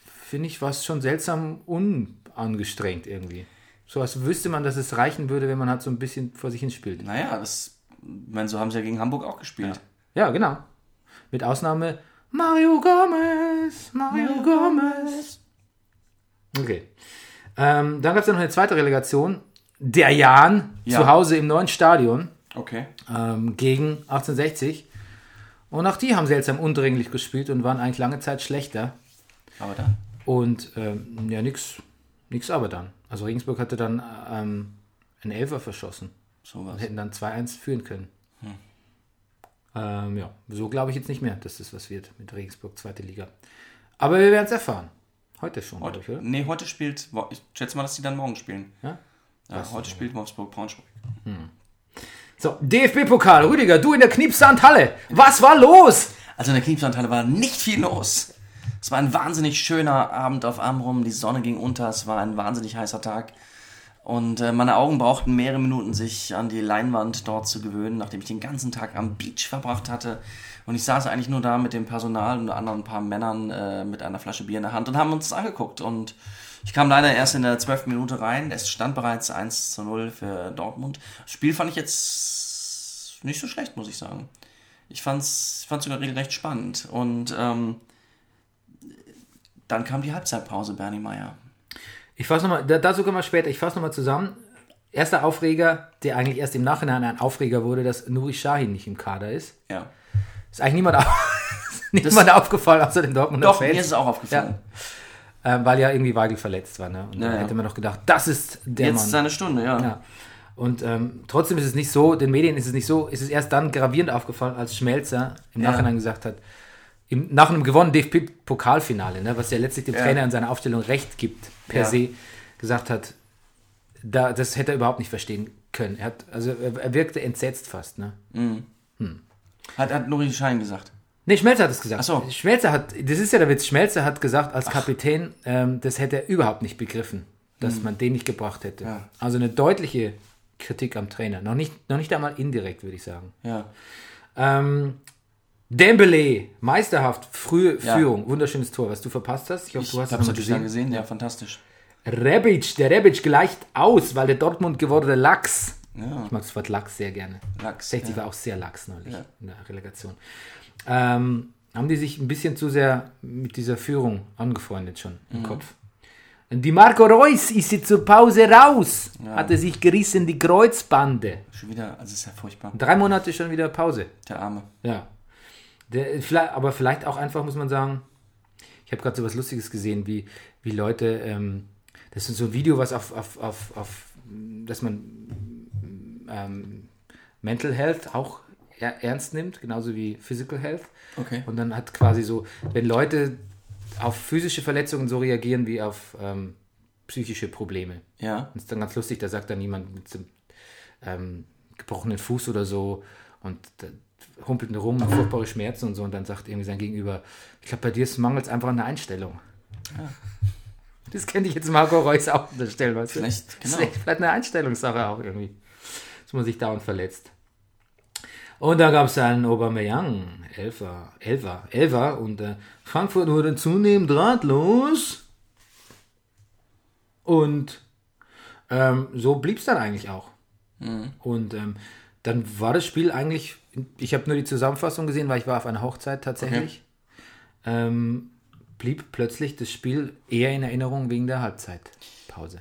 S2: finde ich, war es schon seltsam unangestrengt irgendwie. So als wüsste man, dass es reichen würde, wenn man halt so ein bisschen vor sich hin spielt.
S1: Naja, das, ich meine, so haben sie ja gegen Hamburg auch gespielt.
S2: Ja, genau. Mit Ausnahme Mario Gomez, Mario Gomez. Okay. Ähm, dann gab es noch eine zweite Relegation. Der Jan
S1: Ja.
S2: zu Hause im neuen Stadion
S1: Okay.
S2: ähm, gegen 1860. Und auch die haben seltsam undringlich gespielt und waren eigentlich lange Zeit schlechter.
S1: Aber da.
S2: Und ähm, ja, nix, nix aber dann. Also Regensburg hatte dann ähm, einen Elfer verschossen
S1: Sowas.
S2: und hätten dann 2-1 führen können.
S1: Hm.
S2: Ähm, ja, so glaube ich jetzt nicht mehr, dass das was wird mit Regensburg, zweite Liga. Aber wir werden es erfahren. Heute schon, glaube ich,
S1: Heute,
S2: oder?
S1: nee, heute spielt, wo- ich schätze mal, dass die dann morgen spielen.
S2: Ja?
S1: Ja, heute spielt Wolfsburg Braunschweig.
S2: So, DFB-Pokal, Rüdiger, du in der Kniepsandhalle. Was war los?
S1: Also in der Kniepsandhalle war nicht viel los. Es war ein wahnsinnig schöner Abend auf Amrum, die Sonne ging unter, es war ein wahnsinnig heißer Tag. Und äh, meine Augen brauchten mehrere Minuten, sich an die Leinwand dort zu gewöhnen, nachdem ich den ganzen Tag am Beach verbracht hatte. Und ich saß eigentlich nur da mit dem Personal und anderen paar Männern äh, mit einer Flasche Bier in der Hand und haben uns das angeguckt. Und ich kam leider erst in der 12. Minute rein. Es stand bereits 1 zu 0 für Dortmund. Das Spiel fand ich jetzt nicht so schlecht, muss ich sagen ich fand's, fand's sogar regelrecht spannend. Und ähm, dann kam die Halbzeitpause, Bernie Meyer.
S2: Ich fasse nochmal, da- dazu kommen wir später, ich fasse nochmal zusammen. Erster Aufreger, der eigentlich erst im Nachhinein ein Aufreger wurde, dass Nuri Sahin nicht im Kader ist.
S1: Ja.
S2: Ist eigentlich niemand, auf, niemand aufgefallen, außer den Dortmunder
S1: Doch, mir
S2: Fans.
S1: ist es auch aufgefallen.
S2: Ähm, weil ja irgendwie Weigel verletzt war. Ne? Und
S1: Ja,
S2: dann
S1: ja.
S2: hätte man doch gedacht, das ist der
S1: Jetzt
S2: Mann.
S1: ist seine Stunde, ja.
S2: Ja. Und ähm, trotzdem ist es nicht so, den Medien ist es nicht so, ist es erst dann gravierend aufgefallen, als Schmelzer im
S1: Ja.
S2: Nachhinein gesagt hat, im, nach einem gewonnenen DFB-Pokalfinale, ne, was ja letztlich dem Trainer in seiner Aufstellung recht gibt, per
S1: Ja.
S2: se, gesagt hat, da, das hätte er überhaupt nicht verstehen können. Er hat, also er, er wirkte entsetzt fast. Ne?
S1: Hat, hat Nuri Schein gesagt.
S2: Nee, Schmelzer hat es gesagt.
S1: Ach so.
S2: Schmelzer hat, das ist ja der Witz, Schmelzer hat gesagt als Kapitän, ähm, das hätte er überhaupt nicht begriffen, dass man den nicht gebracht hätte.
S1: Hm. Ja.
S2: Also eine deutliche Kritik am Trainer. Noch nicht, noch nicht einmal indirekt, würde ich sagen.
S1: Ja.
S2: Ähm, Dembele, meisterhaft, frühe
S1: Ja.
S2: Führung, wunderschönes Tor, was du verpasst hast. Ich hoffe,
S1: Ich
S2: du hast es
S1: hab's
S2: nochmal
S1: natürlich dann
S2: gesehen.
S1: gesehen, ja, fantastisch.
S2: Rebic, der Rebic gleicht aus, weil der Dortmund gewordene Lachs Ich mag das Wort Lachs sehr gerne.
S1: Lachs,
S2: 60
S1: ja.
S2: war auch sehr Lachs neulich
S1: Ja.
S2: in der Relegation. Ähm, haben die sich ein bisschen zu sehr mit dieser Führung angefreundet schon
S1: Mhm.
S2: im Kopf. Die Marco Reus ist jetzt zur Pause raus. Hat er sich gerissen, die Kreuzbande.
S1: Schon wieder, also es ist ja furchtbar.
S2: Drei Monate schon wieder Pause.
S1: Der Arme.
S2: Ja. Der, vielleicht, aber vielleicht auch einfach, muss man sagen, ich habe gerade so was Lustiges gesehen, wie, wie Leute, ähm, das ist so ein Video, was auf, auf, auf, auf dass man ähm, Mental Health auch er, ernst nimmt, genauso wie Physical Health.
S1: Okay.
S2: Und dann hat quasi so, wenn Leute auf physische Verletzungen so reagieren wie auf ähm, psychische Probleme.
S1: Ja.
S2: Das ist dann ganz lustig, da sagt dann jemand mit so einem ähm, gebrochenen Fuß oder so und da humpelt nur
S1: Ah.
S2: rum, furchtbare Schmerzen und so und dann sagt irgendwie sein Gegenüber, ich glaube, bei dir mangelt es einfach an der Einstellung. Das kenne ich jetzt Marco Reus auch unterstellen, weißt du?
S1: Vielleicht,
S2: Das ist
S1: genau.
S2: echt vielleicht eine Einstellungssache auch irgendwie, dass man sich dauernd verletzt. Und da gab es einen Aubameyang, Elfer, Elfer, Elfer und äh, Frankfurt wurde zunehmend ratlos und ähm, so blieb es dann eigentlich auch.
S1: Mhm.
S2: Und ähm, dann war das Spiel eigentlich, ich habe nur die Zusammenfassung gesehen, weil ich war auf einer Hochzeit tatsächlich. Ähm, blieb plötzlich das Spiel eher in Erinnerung wegen der Halbzeitpause.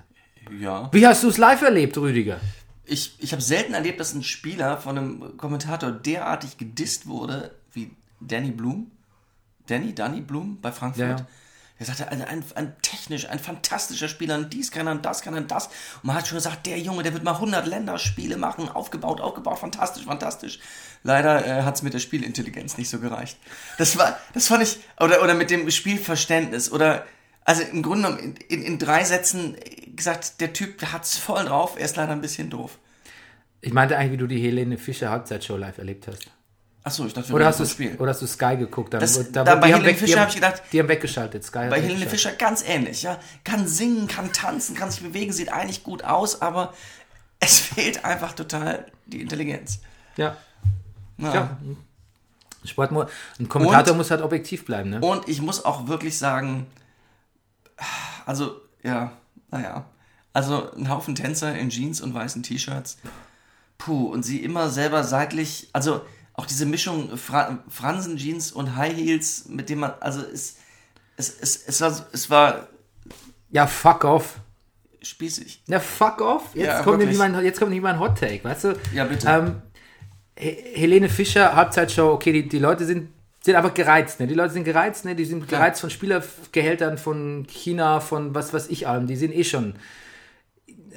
S1: Ja.
S2: Wie hast du es live erlebt, Rüdiger?
S1: Ich, ich habe selten erlebt, dass ein Spieler von einem Kommentator derartig gedisst wurde wie Danny Blum. Danny, Danny Blum bei Frankfurt.
S2: Ja.
S1: Er sagte, ein, ein, ein technisch, ein fantastischer Spieler, und dies kann er, und das kann er, und das. Und man hat schon gesagt, der Junge, der wird mal 100 Länderspiele machen, aufgebaut, aufgebaut, fantastisch, fantastisch. Leider äh, hat es mit der Spielintelligenz nicht so gereicht. Das war, das fand ich, oder, oder mit dem Spielverständnis, oder, also im Grunde genommen, in, in, in drei Sätzen äh, gesagt, der Typ hat's voll drauf, er ist leider ein bisschen doof.
S2: Ich meinte eigentlich, wie du die Helene Fischer Halbzeitshow live erlebt hast.
S1: Achso, ich dachte, wir
S2: Oder hast,
S1: reden
S2: du,
S1: vom Spiel.
S2: oder hast du Sky geguckt? Dann,
S1: Das-
S2: wurde-
S1: da
S2: wurde-
S1: bei
S2: die haben
S1: Helene
S2: die
S1: Fischer
S2: haben-
S1: hab ich gedacht-
S2: Die haben weggeschaltet. Sky hat
S1: Bei Helene
S2: weggeschaltet.
S1: Fischer ganz ähnlich, ja. Kann singen, kann tanzen, kann sich bewegen, sieht eigentlich gut aus, aber es fehlt einfach total die Intelligenz.
S2: Ja,
S1: Ja.
S2: ja. Sport mu- ein Kommentator
S1: Ah. Und-
S2: muss halt objektiv bleiben, ne?
S1: Und ich muss auch wirklich sagen, also, ja, naja. Also ein Haufen Tänzer in Jeans und weißen T-Shirts. Puh, und sie immer selber seitlich, also auch diese Mischung Fra Fransen-Jeans und High Heels, mit dem man, also es, es, es, es, war, es war
S2: Ja, fuck off.
S1: spießig.
S2: Ja, fuck off. Jetzt
S1: Ja,
S2: kommt nämlich
S1: wirklich.
S2: mein, jetzt kommt nämlich mein Hot Take, weißt du?
S1: Ja, bitte.
S2: Ähm, He- Helene Fischer, Halbzeitshow, okay, die, die Leute sind, sind einfach gereizt, ne? Die Leute sind gereizt, ne? Die sind gereizt von Spielergehältern, von China, von was weiß ich allem. Die sind eh schon.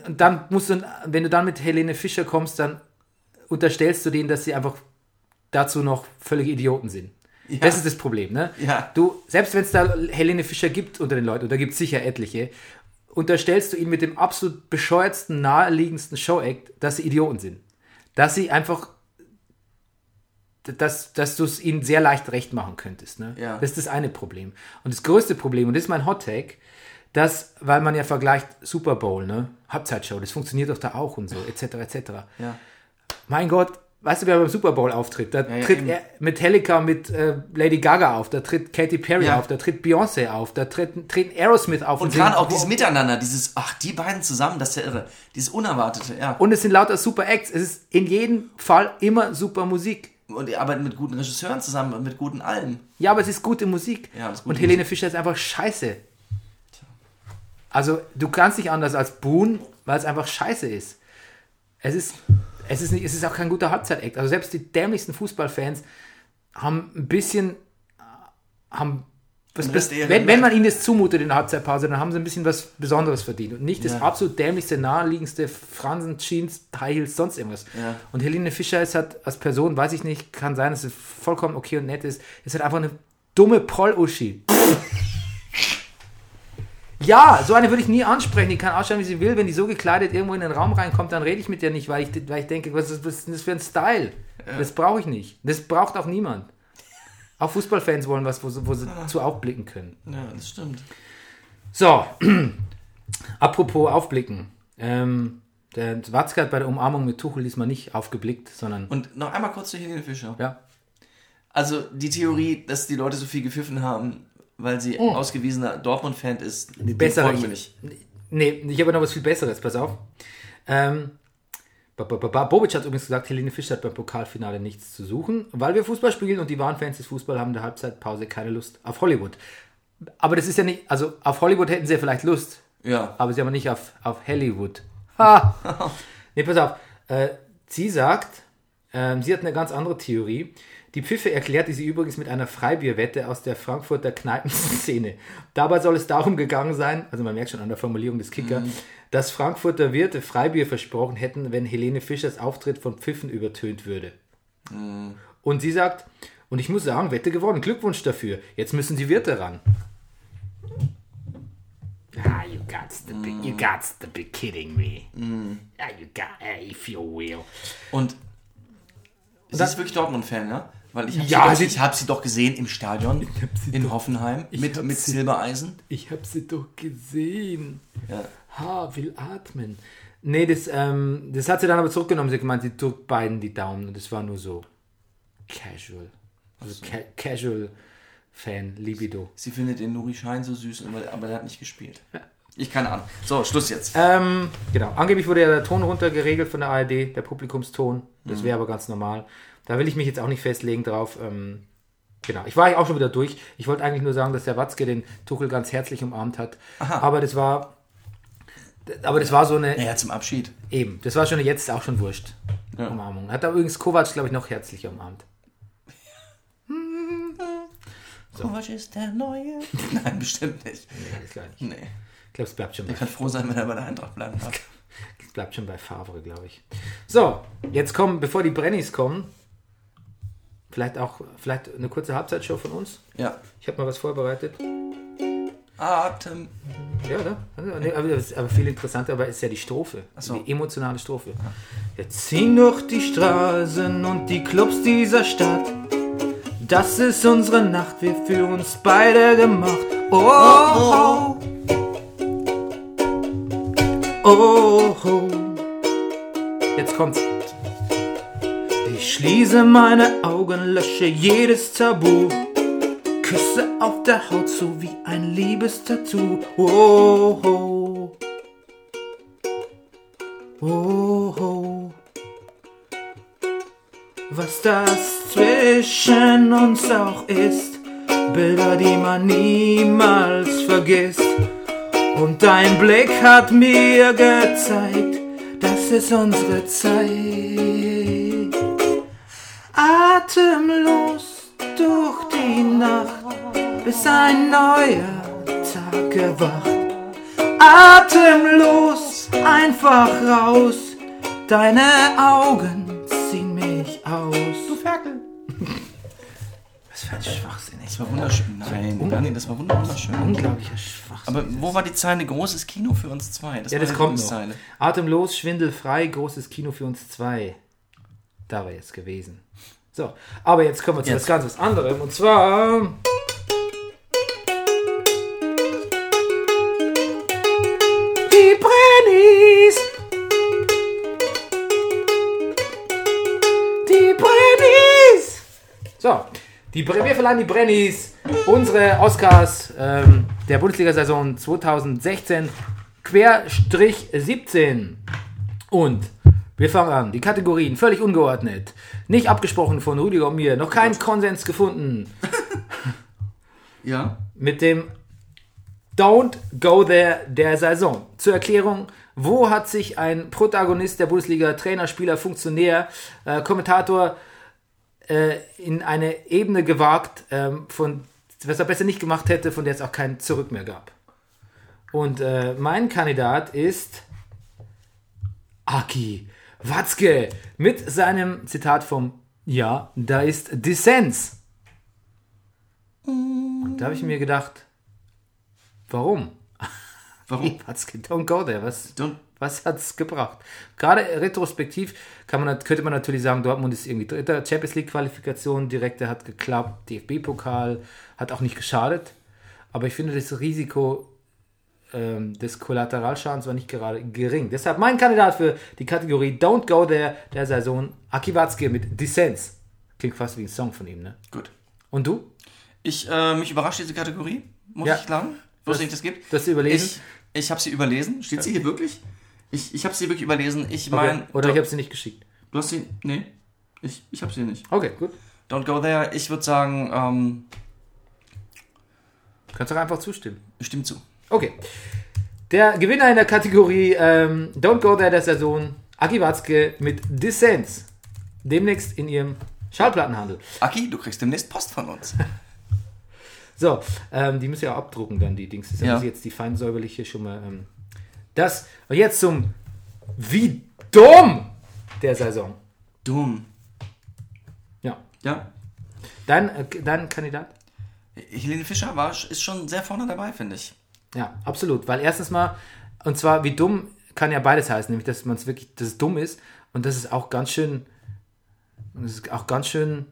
S2: Und dann musst du, wenn du dann mit Helene Fischer kommst, dann unterstellst du denen, dass sie einfach dazu noch völlige Idioten sind. Das ist das Problem, ne?
S1: Ja.
S2: Du, selbst wenn es da Helene Fischer gibt unter den Leuten, und da gibt es sicher etliche, unterstellst du ihnen mit dem absolut bescheuertsten, naheliegendsten Show-Act, dass sie Idioten sind. Dass sie einfach, dass, dass du es ihnen sehr leicht recht machen könntest. Ne?
S1: Ja.
S2: Das ist das eine Problem. Und das größte Problem, und das ist mein Hot-Take, dass, weil man ja vergleicht Super Bowl, ne? Halbzeitshow, das funktioniert doch da auch und so, etc., etc.
S1: Ja.
S2: Mein Gott, weißt du, wer beim Super Bowl auftritt? Da
S1: ja,
S2: tritt
S1: eben.
S2: er mit Helica, mit äh, Lady Gaga auf, da tritt Katy Perry
S1: Ja.
S2: auf, da tritt Beyoncé auf, da tritt, treten Aerosmith auf.
S1: Und
S2: singen-
S1: gerade auch dieses Miteinander, dieses, ach, die beiden zusammen, das ist ja irre. Dieses Unerwartete, ja.
S2: Und es sind lauter super Acts. Es ist in jedem Fall immer super Musik.
S1: Und die arbeiten mit guten Regisseuren zusammen und mit guten allen.
S2: Ja, aber es ist gute Musik.
S1: Ja, es ist
S2: und
S1: gute
S2: Helene Fischer ist einfach scheiße. Also, du kannst nicht anders als buhen, weil es einfach scheiße ist. Es ist, es ist, nicht, es ist auch kein guter Halbzeit-Act. Also, selbst die dämlichsten Fußballfans haben ein bisschen. äh, Haben, was,
S1: Den Rest
S2: bes-
S1: Ehre
S2: wenn, wenn
S1: gemacht.
S2: man ihnen das zumutet in der Halbzeitpause, dann haben sie ein bisschen was Besonderes verdient und nicht das absolut dämlichste, naheliegendste Fransen, Jeans, High Heels, sonst irgendwas.
S1: Ja.
S2: Und Helene Fischer ist halt als Person, weiß ich nicht, kann sein, dass sie vollkommen okay und nett ist, ist halt einfach eine dumme Proll-Uschi. ja, so eine würde ich nie ansprechen. Die kann ausschauen, wie sie will. Wenn die so gekleidet irgendwo in den Raum reinkommt, dann rede ich mit der nicht, weil ich, weil ich denke, was ist, was ist denn das für ein Style? Das brauche ich nicht. Das braucht auch niemand. Auch Fußballfans wollen was, wo sie, wo sie zu aufblicken können.
S1: Ja, das stimmt.
S2: So, apropos aufblicken. Ähm, der Watzke hat bei der Umarmung mit Tuchel diesmal nicht aufgeblickt, sondern.
S1: Und noch einmal kurz zu Helene Fischer.
S2: ja.
S1: Also die Theorie, dass die Leute so viel gepfiffen haben, weil sie
S2: Oh.
S1: ausgewiesener Dortmund-Fan ist, die
S2: Bessere
S1: folgen mir nicht.
S2: Nee, ich habe noch was viel Besseres, pass auf. Ähm, Ba- ba- ba- ba- Bobic hat übrigens gesagt, Helene Fischer hat beim Pokalfinale nichts zu suchen, weil wir Fußball spielen und die wahren Fans des Fußball haben in der Halbzeitpause keine Lust auf Hollywood. Aber das ist ja nicht, also auf Hollywood hätten sie ja vielleicht Lust,
S1: Ja.
S2: aber sie haben nicht auf, auf Hollywood. Ha! nee, pass auf. Äh, sie sagt, ähm, sie hat eine ganz andere Theorie. Die Pfiffe erklärte sie übrigens mit einer Freibierwette aus der Frankfurter Kneipenszene. Dabei soll es darum gegangen sein, also man merkt schon an der Formulierung des Kicker, dass Frankfurter Wirte Freibier versprochen hätten, wenn Helene Fischers Auftritt von Pfiffen übertönt würde. Und sie sagt, und ich muss sagen, Wette gewonnen, Glückwunsch dafür. Jetzt müssen die Wirte ran. Ah, you got to be, you got to be kidding me. Ah, you got, eh, if you will.
S1: Und sie
S2: dann-
S1: ist wirklich Dortmund-Fan, ne? Weil ich habe
S2: Ja,
S1: sie,
S2: sie-
S1: doch- ich hab sie doch gesehen im Stadion in Hoffenheim mit,
S2: hab
S1: mit
S2: sie-
S1: Silbereisen.
S2: Ich hab sie doch gesehen.
S1: Ja.
S2: Ha, will atmen. Nee, das, ähm, das hat sie dann aber zurückgenommen. Sie hat gemeint, sie drückt beiden die Daumen. Und das war nur so casual. Also ca casual Fan, Libido.
S1: Sie findet den Nuri Schein so süß, aber, aber der hat nicht gespielt. Ich keine Ahnung. So, Schluss jetzt.
S2: Ähm, genau. Angeblich wurde ja der Ton runtergeregelt von der ARD, der Publikumston. Das wäre aber ganz normal. Da will ich mich jetzt auch nicht festlegen drauf. Ähm, genau. Ich war ja auch schon wieder durch. Ich wollte eigentlich nur sagen, dass der Watzke den Tuchel ganz herzlich umarmt hat. Aber das war. Aber das war so eine.
S1: Naja, zum Abschied.
S2: Eben. Das war schon eine jetzt auch schon wurscht. Umarmung. Hat da übrigens Kovac, glaube ich, noch herzlicher umarmt.
S1: Kovac ist der Neue. Nein, bestimmt nicht.
S2: Nee, das glaub ich nicht.
S1: Nee.
S2: Ich glaube, es bleibt schon bei
S1: Der kann froh sein, wenn er bei der Eintracht bleiben darf.
S2: Es bleibt schon bei Favre, glaube ich. So, jetzt kommen, bevor die Brennies kommen, vielleicht auch vielleicht eine kurze Halbzeitshow von uns.
S1: Ja.
S2: Ich habe mal was vorbereitet.
S1: Atem.
S2: Ja, oder? Nee, aber, aber viel interessanter aber ist ja die Strophe.
S1: so.
S2: Die emotionale Strophe. Jetzt ziehen durch die Straßen und die Clubs dieser Stadt. Das ist unsere Nacht, wir für uns beide gemacht. Oh, oh, oh. oh. Jetzt kommt's. Ich schließe meine Augen, lösche jedes Tabu. Küsse auf der Haut, so wie ein Liebestattoo. Oh, oh. Oh, oh. Was das zwischen uns auch ist, Bilder, die man niemals vergisst. Und dein Blick hat mir gezeigt, das ist unsere Zeit. Atemlos durch die Nacht, bis ein neuer Tag erwacht. Atemlos einfach raus, deine Augen ziehen mich aus. Du Ferkel. Was für ein Schwachsinn, echt.
S1: Das war wunderschön. Nein, Daniel, das war wunder- wunderschön.
S2: Unglaublicher Schwachsinn.
S1: Aber wo war die Zeile großes Kino für uns zwei?
S2: Ja, das
S1: war die
S2: kommt noch.
S1: Lieblingszeile.
S2: Atemlos, schwindelfrei, großes Kino für uns zwei. Da war jetzt gewesen. So, aber jetzt kommen wir zu etwas
S1: Jetzt.
S2: ganz was anderem. Und zwar... Die Brennies! Die Brennies! So, die, Bre- wir verleihen die Brennies, unsere Oscars ähm, der Bundesliga-Saison 2016, Querstrich 17. Und wir fangen an. Die Kategorien völlig ungeordnet. Nicht abgesprochen von Rüdiger und mir. Noch keinen Konsens gefunden.
S1: Ja.
S2: Mit dem Don't Go There der Saison. Zur Erklärung, wo hat sich ein Protagonist der Bundesliga, Trainer, Spieler, Funktionär, äh, Kommentator äh, in eine Ebene gewagt, ähm, von, was er besser nicht gemacht hätte, von der es auch kein Zurück mehr gab. Und äh, mein Kandidat ist Aki Watzke mit seinem Zitat vom Ja, da ist Dissens. Und da habe ich mir gedacht, warum?
S1: Warum?
S2: Watzke, don't go there. Was,
S1: Don't-
S2: was hat es gebracht? Gerade retrospektiv kann man, könnte man natürlich sagen, Dortmund ist irgendwie Dritter. Champions League-Qualifikation, direkte hat geklappt, DFB-Pokal hat auch nicht geschadet. Aber ich finde, das Risiko ähm, des Kollateralschadens war nicht gerade gering. Deshalb mein Kandidat für die Kategorie Don't Go There der Saison, Aki Watzke mit Dissens. Klingt fast wie ein Song von ihm, ne?
S1: Gut.
S2: Und du?
S1: Ich, äh, mich überrascht diese Kategorie, muss
S2: Ja.
S1: ich sagen. Wusste nicht, das gibt.
S2: du hast sie überlesen?
S1: Ich, ich habe sie überlesen. Steht sie hier wirklich? Ich, ich habe sie wirklich überlesen. Ich
S2: Okay.
S1: meine,
S2: Oder ich habe sie nicht geschickt.
S1: du hast sie. Nee, ich, ich habe sie nicht.
S2: Okay, gut.
S1: Don't go there. Ich würde sagen, ähm,
S2: Kannst doch einfach zustimmen.
S1: stimmt zu.
S2: Okay. Der Gewinner in der Kategorie ähm, Don't Go There der Saison, Aki Watzke mit Dissens. Demnächst in ihrem Schallplattenhandel.
S1: Aki, du kriegst demnächst Post von uns.
S2: So, ähm, die müssen ja auch abdrucken dann, die Dings. Das
S1: Ja.
S2: ist jetzt die feinsäuberliche schon mal. Ähm, das. Und jetzt zum Wie dumm der Saison.
S1: Dumm.
S2: Ja.
S1: Ja.
S2: Dein, äh, dein Kandidat?
S1: Helene Fischer war, ist schon sehr vorne dabei, finde ich.
S2: Ja, absolut. Weil erstens mal, und zwar wie dumm kann ja beides heißen, nämlich dass man es wirklich, dass es dumm ist und das ist auch ganz schön, das ist auch ganz schön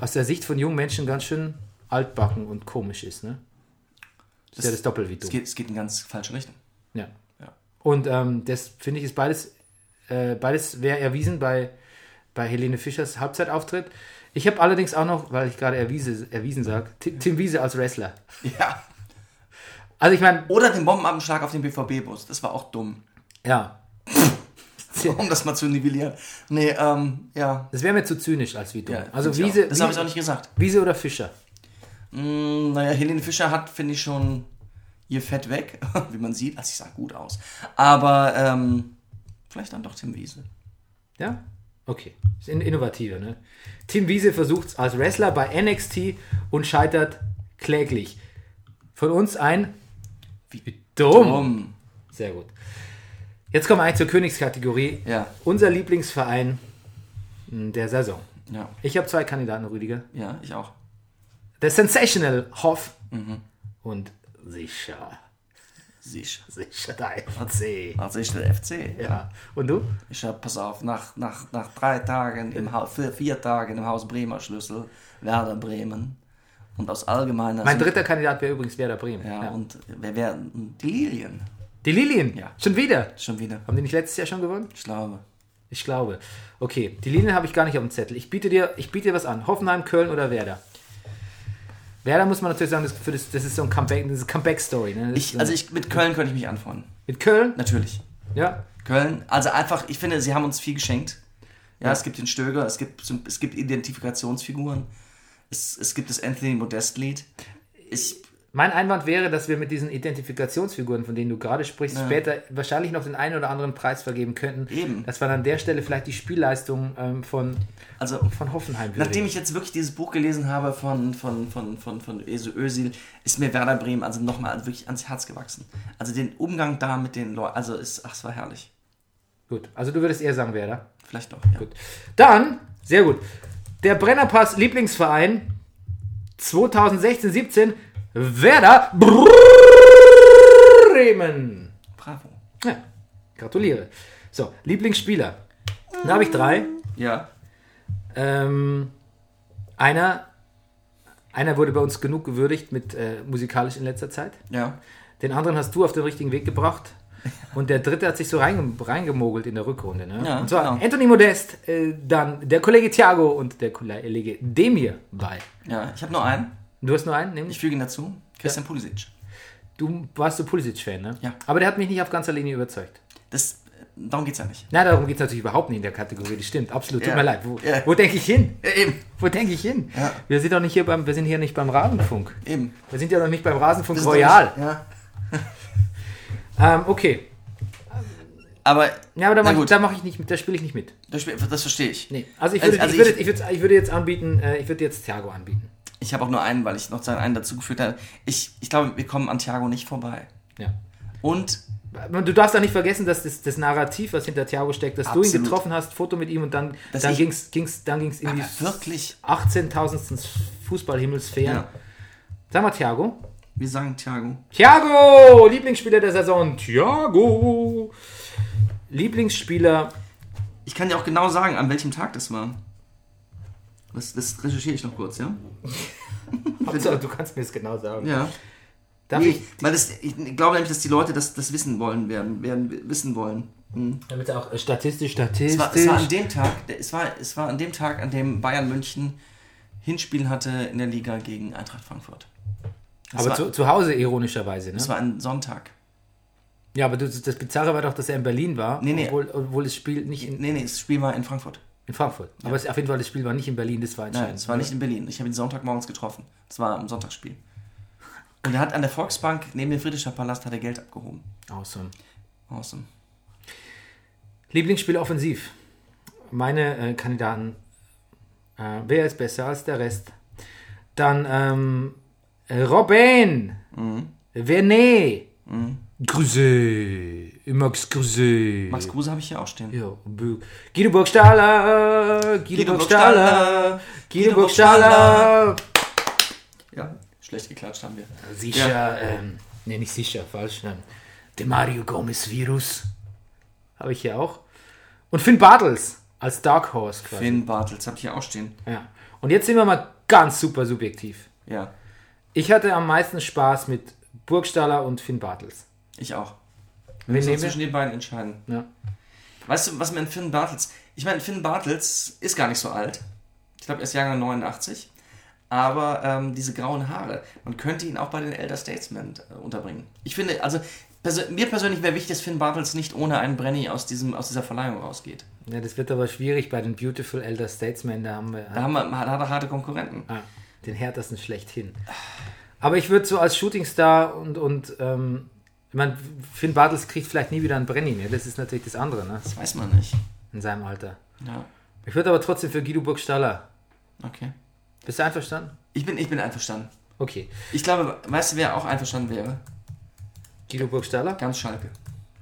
S2: aus der Sicht von jungen Menschen ganz schön altbacken und komisch ist, ne? Das, ist ja das Doppel wie
S1: Es
S2: dumm.
S1: geht, es geht in ganz falsche Richtung.
S2: Ja. Und ähm, das finde ich ist beides, äh, beides wäre erwiesen bei, bei Helene Fischers Halbzeitauftritt. Ich habe allerdings auch noch, weil ich gerade erwiese, erwiesen sage, Tim, Tim Wiese als Wrestler.
S1: Ja.
S2: Also ich meine,
S1: Oder den Bombenabschlag auf den BVB-Bus. Das war auch dumm.
S2: ja,
S1: Um das mal zu nivellieren. Nee, ähm, ja.
S2: Das wäre mir zu zynisch als wie dumm.
S1: ja
S2: also
S1: find ich
S2: Wiese,
S1: auch. Das habe ich auch nicht gesagt.
S2: Wiese oder Fischer.
S1: Mm, Naja, Helene Fischer hat, finde ich, schon ihr Fett weg, wie man sieht. Also, ich sah gut aus. Aber ähm, vielleicht dann doch Tim Wiese.
S2: Ja? Okay. Ist in- innovativer, ne? Tim Wiese versucht als Wrestler bei NXT und scheitert kläglich. Von uns ein wie dumm.
S1: Um,
S2: Sehr gut. Jetzt kommen wir eigentlich zur Königskategorie.
S1: Ja.
S2: Unser Lieblingsverein mh, der Saison.
S1: ja,
S2: Ich habe zwei Kandidaten, Rüdiger.
S1: ja, ich auch.
S2: Der Sensational Hoff
S1: Mhm.
S2: und sicher,
S1: Sicher.
S2: sicher der FC.
S1: Also ich der FC.
S2: Ja. Und du?
S1: Ich habe, pass auf, nach, nach, nach drei Tagen im Haus, vier, vier Tagen im Haus Bremer Schlüssel, Werder Bremen. Und aus allgemeiner
S2: Mein dritter Kandidat wäre übrigens Werder Bremen.
S1: Ja,
S2: Ja.
S1: und wir werden die Lilien
S2: Die Lilien,
S1: Ja.
S2: schon wieder.
S1: schon wieder.
S2: Haben die nicht letztes Jahr schon gewonnen?
S1: Ich glaube.
S2: Ich glaube. Okay, die Lilien habe ich gar nicht auf dem Zettel. Ich biete dir, ich biete dir was an. Hoffenheim, Köln oder Werder? Werder muss man natürlich sagen, das, für das, das ist so ein Comeback, das ist eine Comeback-Story. Ne? Das ist
S1: Ich,
S2: so-
S1: also ich, mit Köln könnte ich mich anfreunden.
S2: mit Köln,
S1: Natürlich.
S2: ja,
S1: Köln, also einfach, ich finde, sie haben uns viel geschenkt. Ja, es gibt den Stöger, es gibt, es gibt Identifikationsfiguren, es, es gibt das Anthony Modest-Lied. Ich,
S2: Mein Einwand wäre, dass wir mit diesen Identifikationsfiguren, von denen du gerade sprichst, später wahrscheinlich noch den einen oder anderen Preis vergeben könnten.
S1: Eben.
S2: Dass man an der Stelle vielleicht die Spielleistung ähm, von,
S1: also,
S2: von Hoffenheim
S1: nachdem
S2: würdigt.
S1: ich jetzt wirklich dieses Buch gelesen habe von, von, von, von, von Eso Özil, ist mir Werder Bremen also nochmal wirklich ans Herz gewachsen. Also den Umgang da mit den Leuten, also ist, ach, es war herrlich.
S2: Gut, also du würdest eher sagen Werder.
S1: Vielleicht doch, ja.
S2: Gut. Dann, sehr gut. Der Brennerpass Lieblingsverein 2016-17 Werder Bremen.
S1: Bravo.
S2: Ja, gratuliere. So, Lieblingsspieler. Da habe ich drei.
S1: Ja,
S2: Ähm, einer, einer wurde bei uns genug gewürdigt mit äh, musikalisch in letzter Zeit.
S1: ja.
S2: Den anderen hast du auf den richtigen Weg gebracht. Und der dritte hat sich so reinge- reingemogelt in der Rückrunde. Ne?
S1: Ja,
S2: und zwar
S1: genau.
S2: Anthony Modest, äh, dann der Kollege Thiago und der Kollege Demir bei.
S1: Ja, ich habe nur einen.
S2: Du hast nur einen, nämlich
S1: Ich füge ihn dazu. Christian Pulisic.
S2: du warst so Pulisic-Fan, ne?
S1: Ja.
S2: Aber der hat mich nicht auf ganzer Linie überzeugt.
S1: Das, darum geht's ja nicht.
S2: Na, darum geht es natürlich überhaupt nicht in der Kategorie, das stimmt, absolut. Tut
S1: Ja.
S2: mir leid. Wo,
S1: Ja.
S2: wo denke ich hin?
S1: Ja, eben,
S2: Wo denke ich hin?
S1: Ja.
S2: Wir sind doch nicht hier beim, wir sind hier nicht beim Rasenfunk.
S1: eben.
S2: Wir sind ja noch nicht beim Rasenfunk
S1: Das ist doch
S2: Royal.
S1: nicht- Ja.
S2: Ähm, okay.
S1: Aber,
S2: Ja, aber da
S1: na
S2: mache ich,
S1: gut,
S2: da mach ich nicht mit, da spiele ich nicht mit.
S1: das, Spiel- das verstehe ich.
S2: Nee. Also ich
S1: Also-
S2: würde,
S1: also
S2: ich, würde,
S1: ich-
S2: ich, würde, ich würde jetzt anbieten, äh, ich würde jetzt Thiago anbieten.
S1: Ich habe auch nur einen, weil ich noch einen dazugeführt habe. Ich, ich glaube, wir kommen an Thiago nicht vorbei.
S2: Ja.
S1: Und
S2: Du darfst auch nicht vergessen, dass das, das Narrativ, was hinter Thiago steckt, dass du ihn
S1: Absolut.
S2: getroffen hast, Foto mit ihm und dann,
S1: Dass
S2: dann
S1: ich-
S2: ging es ging's, dann ging's in die
S1: aber wirklich,
S2: 18.000. Fußballhimmelsphären.
S1: Ja.
S2: Sag mal Thiago.
S1: wir sagen Thiago.
S2: Thiago! Lieblingsspieler der Saison. Thiago! Lieblingsspieler
S1: Ich kann dir auch genau sagen, an welchem Tag das war. Das, das recherchiere ich noch kurz, ja?
S2: Hauptsache, du kannst mir es genau sagen.
S1: Ja.
S2: Darf
S1: Nee,
S2: ich,
S1: weil das, ich glaube nämlich, dass die Leute das, das wissen wollen werden, werden wissen wollen.
S2: damit auch äh, statistisch,
S1: Es
S2: statistisch.
S1: war, es war an dem Tag, der- es war, es war an dem Tag, an dem Bayern München Hinspiel hatte in der Liga gegen Eintracht Frankfurt. Das
S2: Aber
S1: war,
S2: zu, zu Hause ironischerweise, ne?
S1: das war ein Sonntag.
S2: Ja, aber du, das Bizarre war doch, dass er in Berlin war,
S1: Nee, nee.
S2: Obwohl, obwohl das Spiel nicht in,
S1: Nee, nee, das Spiel war in Frankfurt.
S2: in Frankfurt. Aber es, auf jeden Fall, das Spiel war nicht in Berlin, das war
S1: Nein,
S2: entscheidend.
S1: es war nicht in Berlin. Ich habe ihn Sonntagmorgens getroffen. Es war am Sonntagsspiel. Und er hat an der Volksbank, neben dem Friedrichscher Palast, hat er Geld abgehoben.
S2: Awesome.
S1: Awesome.
S2: Lieblingsspiel offensiv. Meine äh, Kandidaten. Äh, wer ist besser als der Rest? Dann ähm, Robin.
S1: Mhm.
S2: Vernet. Grüße. Max Grüße.
S1: Max Kruse habe ich hier auch stehen.
S2: Ja, Bu- Guido Burgstaller. Guido,
S1: Guido
S2: Burgstaller.
S1: Burgstaller,
S2: Guido
S1: Guido
S2: Burgstaller.
S1: Ja, schlecht geklatscht haben wir.
S2: Sicher. Ähm, nee, nicht sicher. Falsch. Ähm, der Mario Gomez Virus. Habe ich hier auch. Und Finn Bartels als Dark Horse quasi.
S1: Finn Bartels habe ich hier auch stehen.
S2: Ja. Und jetzt sind wir mal ganz super subjektiv.
S1: Ja,
S2: Ich hatte am meisten Spaß mit Burgstaller und Finn Bartels.
S1: ich auch.
S2: Wen nehmen
S1: Wir müssen
S2: wir?
S1: zwischen den beiden entscheiden.
S2: Ja.
S1: Weißt du, was mir an Finn Bartels... Ich meine, Finn Bartels ist gar nicht so alt. Ich glaube, er ist Jahrgang 89. Aber ähm, diese grauen Haare, man könnte ihn auch bei den Elder Statesmen äh, unterbringen. Ich finde, also perso mir persönlich wäre wichtig, dass Finn Bartels nicht ohne einen Brenny aus, diesem, aus dieser Verleihung rausgeht.
S2: Ja, das wird aber schwierig bei den Beautiful Elder Statesmen. Da haben wir
S1: Da, haben wir, da hat er harte Konkurrenten.
S2: ah, den härtesten schlechthin. Aber ich würde so als Shootingstar und, und ähm, ich meine, Finn Bartels kriegt vielleicht nie wieder einen Brenny. Ne? Das ist natürlich das andere ne?
S1: Das weiß man nicht.
S2: in seinem Alter.
S1: Ja,
S2: Ich würde aber trotzdem für Guido Burgstaller.
S1: okay.
S2: Bist du einverstanden?
S1: Ich bin, ich bin einverstanden.
S2: Okay.
S1: Ich glaube, weißt du, wer auch einverstanden wäre?
S2: Guido Burgstaller?
S1: Ganz Schalke.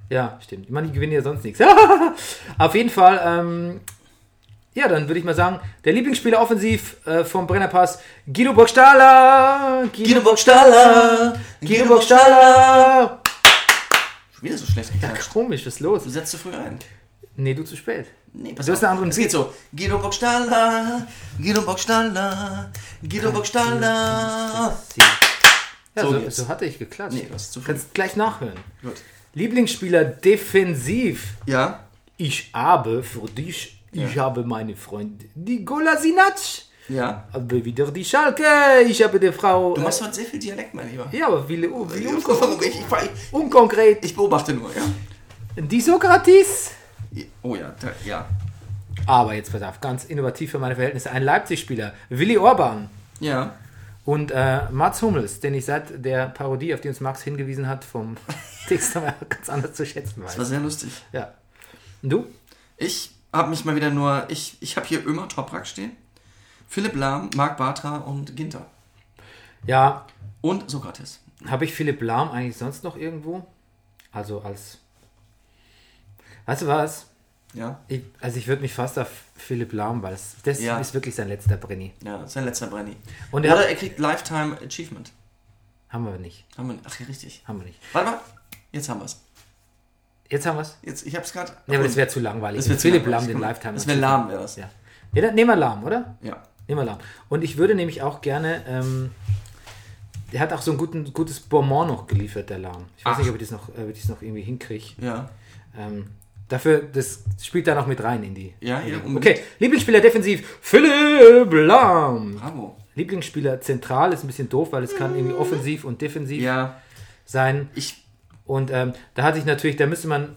S2: Ja, stimmt. Ich meine, ich gewinne ja sonst nichts. Auf jeden Fall, ähm, ja, dann würde ich mal sagen, der Lieblingsspieler offensiv äh, vom Brennerpass, Guido Burgstaller!
S1: Burgstaller!
S2: Guido Burgstaller!
S1: Schon wieder so schlecht geklatscht.
S2: Komisch, was ist
S1: Du
S2: los?
S1: setzt zu früh ein.
S2: Nee, du zu spät.
S1: Nee, pass
S2: Du hast
S1: auf.
S2: einen anderen
S1: Es geht so. Guido Burgstaller, Guido Burgstaller, Guido Burgstaller.
S2: Ja,
S1: Ah. So
S2: so,
S1: geht's.
S2: so hatte ich geklatscht.
S1: Nee, das ist zu früh.
S2: Kannst gleich nachhören.
S1: Gut.
S2: Lieblingsspieler defensiv.
S1: Ja?
S2: Ich habe für dich, ich habe meine Freundin, die Golasinac.
S1: Ja.
S2: Aber wieder die Schalke. Ich habe die Frau.
S1: Du
S2: äh,
S1: machst heute sehr viel Dialekt, mein Lieber.
S2: Ja, aber viele, oh, viele unkon
S1: Ich, ich,
S2: unkonkret.
S1: ich beobachte nur, ja.
S2: Die Sokrates.
S1: Oh ja, da, ja.
S2: Aber jetzt pass auf, ganz innovativ für meine Verhältnisse. Ein Leipzig-Spieler, Willi Orban
S1: Ja.
S2: und äh, Mats Hummels, den ich seit der Parodie, auf die uns Max hingewiesen hat, vom Text aber ganz anders zu schätzen
S1: Das war
S2: weiß.
S1: sehr lustig.
S2: Ja. Und du?
S1: Ich habe mich mal wieder nur. Ich, ich habe hier Ömer Toprak stehen. Philipp Lahm, Marc Bartra und Ginter.
S2: Ja,
S1: Und Sokrates.
S2: habe ich Philipp Lahm eigentlich sonst noch irgendwo? Also als. Weißt du was?
S1: Ja.
S2: Ich, also ich würde mich fast auf Philipp Lahm, weil es- das
S1: Ja.
S2: ist wirklich sein letzter Brenny.
S1: Ja, das ist sein letzter Brenny.
S2: Und er
S1: Oder
S2: hat,
S1: er kriegt Lifetime Achievement.
S2: haben wir nicht,
S1: Haben wir, ach ja, richtig.
S2: haben wir nicht.
S1: Warte mal. Jetzt haben wir es.
S2: Jetzt haben wir es.
S1: Jetzt, ich hab's gerade.
S2: Ja, aber das wäre zu langweilig.
S1: Das wär
S2: Mit
S1: zu
S2: Philipp Lahm
S1: langweilig. genau.
S2: den Lifetime.
S1: Das wäre lahm, wäre das.
S2: Ja. ja, dann nehmen wir Lahm, oder?
S1: Ja.
S2: Nehmen wir Lahm. Und ich würde nämlich auch gerne, ähm, der hat auch so ein guten, gutes Bonbon noch geliefert, der Lahm. Ich weiß
S1: Ach.
S2: nicht, ob ich das noch, äh, ob ich das noch irgendwie hinkriege.
S1: Ja.
S2: Ähm, dafür, das spielt da noch mit rein in die.
S1: Ja, ja, unbedingt.
S2: Okay, Lieblingsspieler defensiv, Philipp Lahm.
S1: Bravo.
S2: Lieblingsspieler zentral ist ein bisschen doof, weil es kann irgendwie offensiv und defensiv
S1: Ja.
S2: sein.
S1: Ich.
S2: Und ähm, da hatte ich natürlich, da müsste man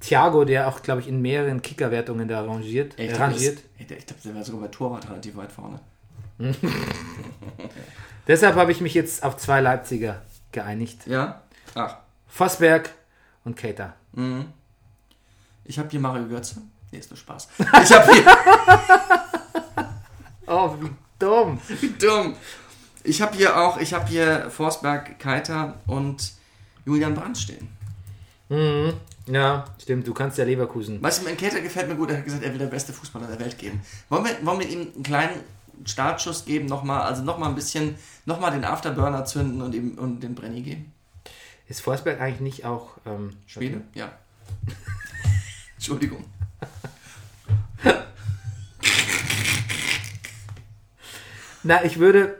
S2: Thiago, der auch, glaube ich, in mehreren Kickerwertungen da rangiert,
S1: Ich
S2: äh,
S1: glaub, das-
S2: rangiert.
S1: Ich glaube, der war sogar bei Torwart relativ weit vorne.
S2: Deshalb habe ich mich jetzt auf zwei Leipziger geeinigt.
S1: Ja. Ach.
S2: Vossberg und Keita.
S1: Ich habe hier Mario Götze. Nee, ist nur Spaß. Ich habe hier.
S2: Oh, wie dumm.
S1: Dumm. Ich habe hier auch, ich habe hier Forsberg, Keiter und Julian Brandt stehen.
S2: Mhm. Ja, stimmt, du kannst ja Leverkusen.
S1: Weißt du, mein Keiter gefällt mir gut. Er hat gesagt, er will der beste Fußballer der Welt geben. Wollen wir, wollen wir ihm einen kleinen Startschuss geben nochmal? Also nochmal ein bisschen, nochmal den Afterburner zünden und ihm und den Brenny geben?
S2: Ist Vossberg eigentlich nicht auch ähm,
S1: Schwede? Ja. Entschuldigung.
S2: Na, ich würde.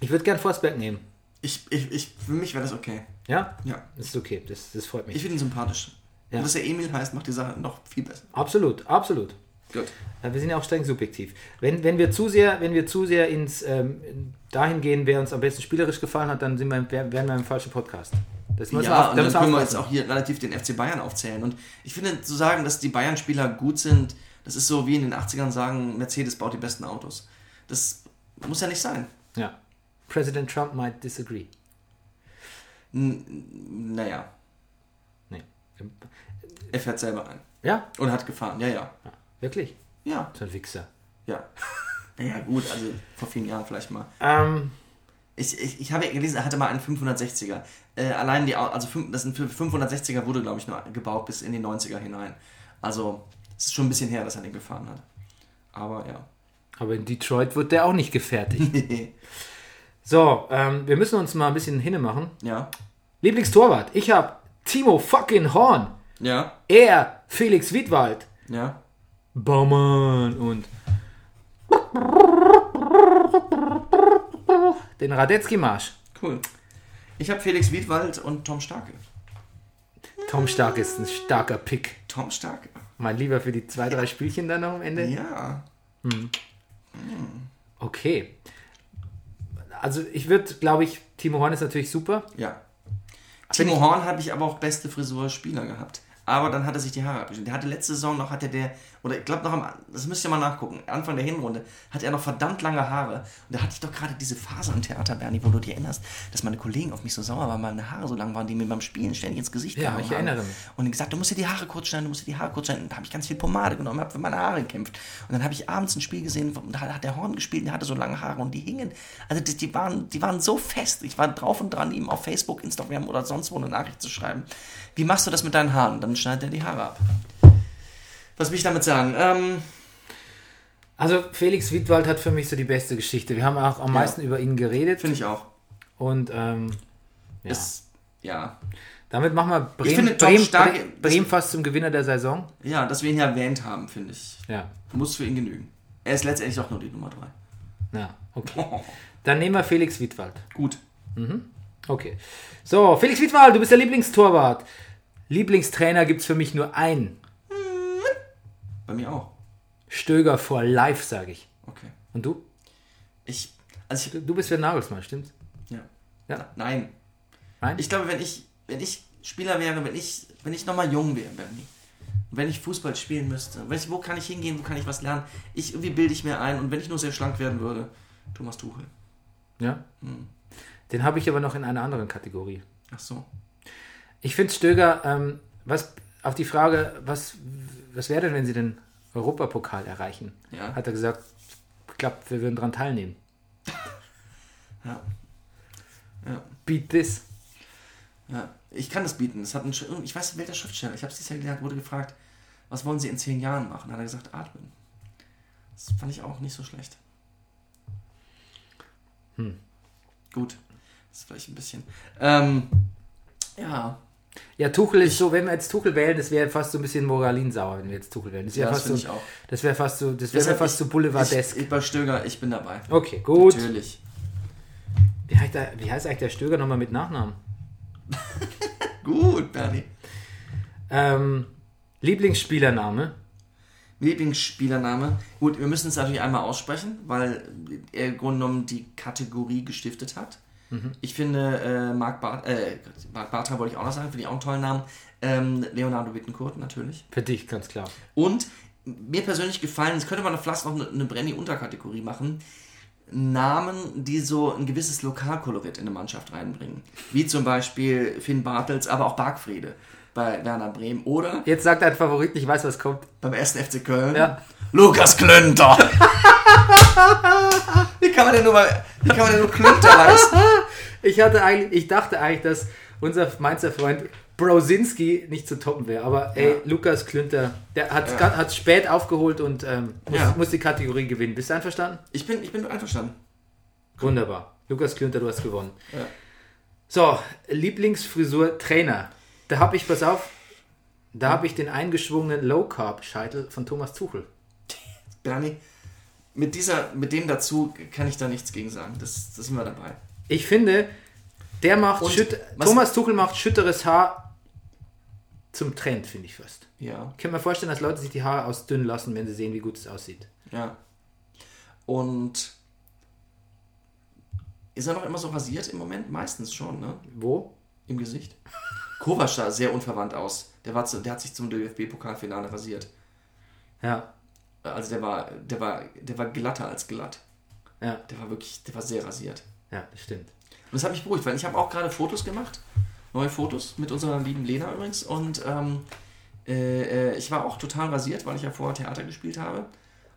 S2: Ich würde gern Vossberg nehmen.
S1: Ich, ich, ich, für mich wäre das okay.
S2: Ja?
S1: Ja.
S2: Das ist okay, das, das freut mich.
S1: Ich finde ihn sympathisch.
S2: Ja.
S1: Und dass er Emil heißt, macht die Sache noch viel besser.
S2: absolut, absolut.
S1: Gut.
S2: Ja, wir sind ja auch streng subjektiv. Wenn, wenn, wir, zu sehr, wenn wir zu sehr ins ähm, dahin gehen, wer uns am besten spielerisch gefallen hat, dann sind wir, im- wären wir im falschen Podcast. Das müssen wir,
S1: Ja,
S2: auf, da
S1: und dann
S2: müssen wir
S1: können wir
S2: aufpassen.
S1: jetzt auch hier relativ den FC Bayern aufzählen. Und ich finde, zu sagen, dass die Bayern-Spieler gut sind, das ist so wie in den 80ern sagen, Mercedes baut die besten Autos. Das muss ja nicht sein.
S2: Ja. President Trump might disagree.
S1: Naja,
S2: Nee.
S1: er fährt selber ein.
S2: Ja,
S1: Und hat gefahren, ja, ja.
S2: wirklich.
S1: Ja,
S2: So ein Wichser.
S1: ja. Ja, gut, also vor vielen Jahren vielleicht mal.
S2: Ähm,
S1: Ich, ich, ich habe ja gelesen, er hatte mal einen 560er. Äh, allein die, Au- also fünf- das sind 560er wurde, glaube ich, nur gebaut bis in die 90er hinein. Also, es ist schon ein bisschen her, dass er den gefahren hat. Aber ja.
S2: aber in Detroit wird der auch nicht gefertigt.
S1: ja.
S2: So, ähm, wir müssen uns mal ein bisschen hinne machen. Lieblingstorwart, ich habe Timo fucking Horn.
S1: Ja.
S2: Er, Felix Wiedwald,
S1: Ja.
S2: Baumann und den Radetzky-Marsch.
S1: Cool. Ich habe Felix Wiedwald und Tom Starke.
S2: Tom Stark ist ein starker Pick.
S1: Tom Starke?
S2: Mein Lieber für die zwei, drei Spielchen dann noch am Ende.
S1: Ja.
S2: Okay. Also ich würde, glaube ich, Timo Horn ist natürlich super.
S1: Ja. Timo Horn habe ich aber auch beste Frisur Spieler gehabt. Aber dann hat er sich die Haare abgeschnitten. Der hatte letzte Saison noch, hatte der, oder ich glaube noch am, das müsst ihr mal nachgucken, Anfang der Hinrunde, hatte er noch verdammt lange Haare. Und da hatte ich doch gerade diese Phase im Theater, Bernie, wo du dich erinnerst, dass meine Kollegen auf mich so sauer waren, weil meine Haare so lang waren, die mir beim Spielen ständig ins Gesicht
S2: Ja,
S1: gehauen
S2: ich erinnere
S1: haben.
S2: mich.
S1: Und die gesagt, du musst dir die Haare kurz schneiden, du musst dir die Haare kurz schneiden. Und da habe ich ganz viel Pomade genommen, habe für meine Haare gekämpft. Und dann habe ich abends ein Spiel gesehen, und da hat der Horn gespielt und der hatte so lange Haare und die hingen. Also die, die, waren, die waren so fest. Ich war drauf und dran, ihm auf Facebook, Instagram oder sonst wo eine Nachricht zu schreiben. Wie machst du das mit deinen Haaren? Dann schneidet er die Haare ab. Was will ich damit sagen? Ähm,
S2: Also Felix Wiedwald hat für mich so die beste Geschichte. Wir haben auch am meisten über ihn geredet.
S1: finde ich auch.
S2: Und ähm,
S1: Ja. Ist, ja.
S2: damit machen wir Bremen,
S1: finde Tom
S2: Bremen,
S1: Stark-
S2: Bremen, Bremen fast zum Gewinner der Saison.
S1: ja, dass wir ihn ja erwähnt haben, finde ich.
S2: Ja,
S1: Muss für ihn genügen. Er ist letztendlich auch nur die Nummer 3.
S2: ja, okay. Dann nehmen wir Felix Wiedwald.
S1: Gut.
S2: Okay. So, Felix Wiedwald, du bist der Lieblingstorwart. Lieblingstrainer gibt es für mich nur einen.
S1: Bei mir auch.
S2: Stöger vor live, sage ich.
S1: Okay.
S2: Und du?
S1: Ich, also ich,
S2: Du du bist für Nagelsmann, stimmt's?
S1: ja.
S2: Ja.
S1: Nein.
S2: Nein?
S1: Ich glaube, wenn ich, wenn ich Spieler wäre, wenn ich, wenn ich nochmal jung wäre, Bernie, und wenn ich Fußball spielen müsste, wenn ich, wo kann ich hingehen, wo kann ich was lernen? Ich, irgendwie bilde ich mir ein und wenn ich nur sehr schlank werden würde, Thomas Tuchel.
S2: Ja.
S1: Mhm.
S2: Den habe ich aber noch in einer anderen Kategorie.
S1: Ach so.
S2: Ich finde Stöger, ähm, was auf die Frage, was, was wäre denn, wenn sie den Europapokal erreichen?
S1: Ja.
S2: Hat er gesagt, klappt, wir würden daran teilnehmen.
S1: Ja. Ja.
S2: Beat this.
S1: Ja. Ich kann das bieten. Das hat ein, Sch- ich weiß nicht, welcher Schriftsteller, ich habe es dieses Jahr gelernt, wurde gefragt, was wollen Sie in zehn Jahren machen? Hat er gesagt, atmen. Das fand ich auch nicht so schlecht. Hm. Gut. Das ist vielleicht ein bisschen. Ähm, ja.
S2: Ja, Tuchel ist so, wenn wir jetzt Tuchel wählen, das wäre fast so ein bisschen moralinsauer, wenn wir jetzt Tuchel wählen. Das wäre
S1: Ja, das
S2: fast,
S1: finde
S2: so,
S1: ich auch.
S2: das wäre fast so, das wäre fast so
S1: ich,
S2: Boulevardesk.
S1: ich, Bei Stöger, ich bin dabei.
S2: Okay, gut.
S1: Natürlich.
S2: Wie heißt, der, wie heißt eigentlich der Stöger nochmal mit Nachnamen?
S1: Gut, Bernie.
S2: Ähm, Lieblingsspielername?
S1: Lieblingsspielername. Gut, wir müssen es natürlich einmal aussprechen, weil er im Grunde genommen die Kategorie gestiftet hat.
S2: Mhm.
S1: Ich finde, äh, Marc, Barth, äh, Gott, Marc Bartra wollte ich auch noch sagen, finde ich auch einen tollen Namen. Ähm, Leonardo Wittencourt natürlich.
S2: Für dich, ganz klar.
S1: Und mir persönlich gefallen, das könnte man vielleicht noch eine, eine Brenny-Unterkategorie machen, Namen, die so ein gewisses Lokalkolorit in eine Mannschaft reinbringen. Wie zum Beispiel Finn Bartels, aber auch Bargfrede bei Werner Bremen oder
S2: Jetzt sagt dein Favorit, ich weiß, was kommt.
S1: beim ersten FC Köln.
S2: Ja.
S1: Lukas Klünter. wie kann man denn nur, mal, wie kann man denn nur Klünter leisten?
S2: Ich hatte eigentlich, ich dachte eigentlich, dass unser Mainzer Freund Brosinski nicht zu toppen wäre, aber ey, Lukas Klünter, der hat es spät aufgeholt und ähm, muss,
S1: Ja.
S2: muss die Kategorie gewinnen. Bist du einverstanden?
S1: Ich bin, ich bin einverstanden.
S2: Wunderbar. Lukas Klünter, du hast gewonnen. So, Lieblingsfrisur Trainer. Da habe ich, pass auf, da habe ich den eingeschwungenen Low Carb Scheitel von Thomas Tuchel.
S1: Bernie, mit, dieser, mit dem dazu kann ich da nichts gegen sagen. Das, das sind wir dabei.
S2: Ich finde, der macht
S1: Und
S2: schüt
S1: was-
S2: Thomas Tuchel macht schütteres Haar zum Trend, finde ich fast.
S1: Ja.
S2: Ich kann mir vorstellen, dass Leute sich die Haare ausdünnen lassen, wenn sie sehen, wie gut es aussieht.
S1: Ja. Und ist er noch immer so rasiert im Moment? Meistens schon, ne?
S2: Wo?
S1: im Gesicht. Kovac sah sehr unverwandt aus. Der, war zu, der hat sich zum DFB-Pokalfinale rasiert.
S2: Ja,
S1: Also der war, der war, der war glatter als glatt.
S2: ja,
S1: Der war wirklich, der war sehr rasiert.
S2: ja, das stimmt.
S1: Und das hat mich beruhigt, weil ich habe auch gerade Fotos gemacht, neue Fotos mit unserer lieben Lena übrigens. Und ähm, äh, äh, ich war auch total rasiert, weil ich ja vorher Theater gespielt habe.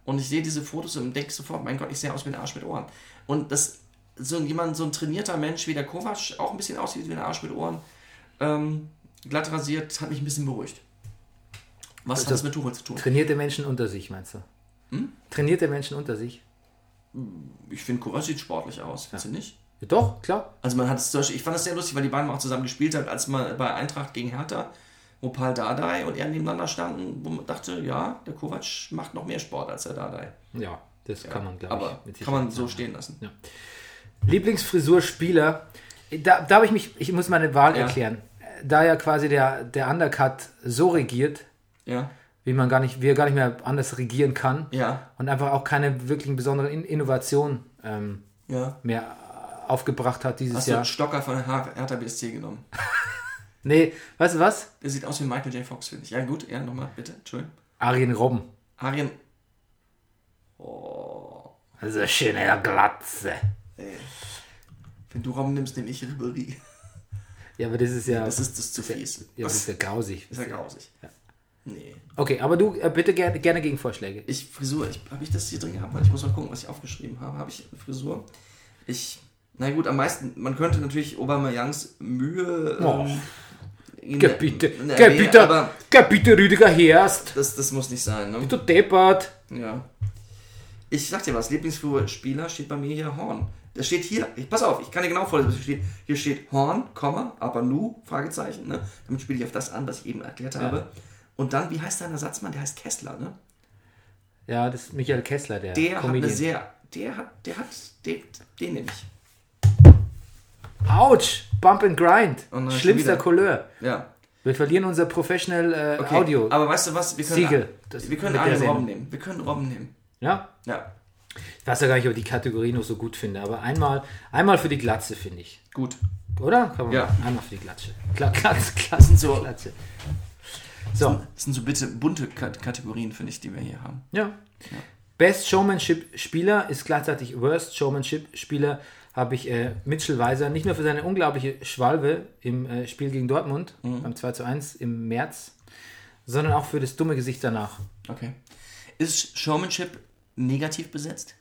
S1: Und ich sehe diese Fotos und denke sofort, mein Gott, ich sehe aus wie ein Arsch mit Ohren. Und das so ein- jemand, so ein trainierter Mensch wie der Kovac auch ein bisschen aussieht wie ein Arsch mit Ohren, ähm, glatt rasiert, hat mich ein bisschen beruhigt. Was hat
S2: Äh, das-
S1: das mit Tuchel zu tun?
S2: Trainierte Menschen unter sich, meinst du?
S1: Hm?
S2: Trainierte Menschen unter sich.
S1: Ich finde, Kovac sieht sportlich aus, findest du nicht?
S2: Ja, doch, klar.
S1: Also man hat es zum Beispiel, ich fand das sehr lustig, weil die beiden auch zusammen gespielt haben, als man bei Eintracht gegen Hertha, wo Paul Dardai und er nebeneinander standen, wo man dachte, ja, der Kovac macht noch mehr Sport als der Dardai.
S2: Ja, das kann man, glaube ich.
S1: Aber
S2: mit
S1: kann man
S2: Sicherheit
S1: so
S2: sagen.
S1: stehen lassen.
S2: Lieblingsfrisurspieler. Da, da habe ich mich, ich muss meine Wahl
S1: Ja.
S2: erklären. Da ja quasi der, der Undercut so regiert,
S1: Ja,
S2: wie man gar nicht, wie er gar nicht mehr anders regieren kann
S1: ja,
S2: und einfach auch keine wirklichen besonderen In Innovationen ähm,
S1: ja.
S2: mehr aufgebracht hat dieses
S1: Hast du
S2: Jahr.
S1: einen Stocker von Her- Hertha BSC genommen?
S2: Nee, weißt du was?
S1: Der sieht aus wie Michael J. Fox, finde ich. Ja, gut, ja, nochmal, bitte, Entschuldigung.
S2: Arjen Robben.
S1: Arjen,
S2: Also schöne Glatze.
S1: wenn du Raum nimmst, nehme ich Ribery.
S2: Ja, aber das ist ja.
S1: Das ist das zu fies.
S2: ja, das ist ja grausig.
S1: Ist ja grausig. Nee.
S2: Okay, aber du äh, bitte gerne, gerne Gegenvorschläge.
S1: Ich Frisur, ich, habe ich das hier drin gehabt? Warte, Ich muss mal gucken, was ich aufgeschrieben habe. Habe ich eine Frisur? Ich, na gut, am meisten, man könnte natürlich Obama Youngs Mühe.
S2: Och.
S1: ähm, in der-
S2: Gebiete,
S1: in der
S2: Gebiete,
S1: Erwähnung, Aber
S2: Gebiete Rüdiger Herst.
S1: das, das muss nicht sein, ne?
S2: Du deppert.
S1: Ja. Ich sag dir was, Lieblingsspieler steht bei mir hier Horn. Das steht hier, ich, pass auf, ich kann dir genau vorlesen, was hier steht. Hier steht Horn, Komma, aber nu, Fragezeichen, ne? Damit spiele ich auf das an, was ich eben erklärt habe. Und dann, wie heißt dein Ersatzmann? Der heißt Kessler, ne?
S2: Ja, das ist Michael Kessler, der,
S1: Der hat eine
S2: Comedian.
S1: sehr. Der hat. Der hat. Den, den nehme ich.
S2: Autsch! Bump and Grind.
S1: Oh nein, schon
S2: Schlimmster
S1: wieder.
S2: Couleur.
S1: Ja.
S2: Wir verlieren unser Professional äh,
S1: Okay.
S2: Audio.
S1: Aber weißt du was? Wir können,
S2: Siegel. Das-
S1: wir können
S2: mit der
S1: einen
S2: Sendung.
S1: Robben nehmen. Wir können Robben nehmen.
S2: ja?
S1: Ja.
S2: Ich weiß ja gar nicht, ob ich die Kategorie noch so gut finde, aber einmal, einmal für die Glatze, finde ich.
S1: Gut.
S2: Oder? Kann man
S1: Ja.
S2: machen. Einmal für die Glatze. Kla Glatze,
S1: Das
S2: Glatze,
S1: sind so,
S2: Glatze. So,
S1: das sind so bitte bunte Kat Kategorien, finde ich, die wir hier haben.
S2: ja. Best Showmanship-Spieler ist gleichzeitig Worst Showmanship-Spieler, habe ich äh, Mitchell Weiser nicht nur für seine unglaubliche Schwalbe im äh, Spiel gegen Dortmund beim 2 zu 1 im März, sondern auch für das dumme Gesicht danach.
S1: Okay. Ist Showmanship negativ besetzt?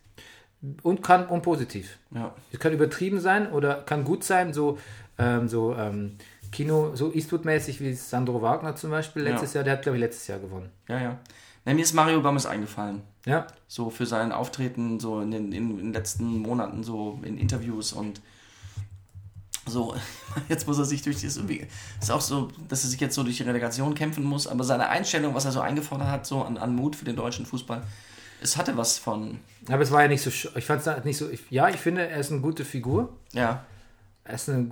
S2: Und kann und positiv.
S1: Ja.
S2: Es kann übertrieben sein oder kann gut sein, so, ähm, so ähm, Kino, so Eastwood-mäßig wie Sandro Wagner zum Beispiel letztes Jahr, der hat, glaube ich, letztes Jahr gewonnen.
S1: Ja, ja. Na, mir ist Mario Gomez eingefallen.
S2: Ja,
S1: So für sein Auftreten, so in den, in den letzten Monaten, so in Interviews und so. Jetzt muss er sich durch dieses. irgendwie- Ist auch so, dass er sich jetzt so durch die Relegation kämpfen muss, aber seine Einstellung, was er so eingefordert hat, so an, an Mut für den deutschen Fußball, es hatte was von.
S2: aber es war ja nicht so, sch- ich fand es nicht so, ich, ja, ich finde, er ist eine gute Figur.
S1: Ja,
S2: Er ist eine,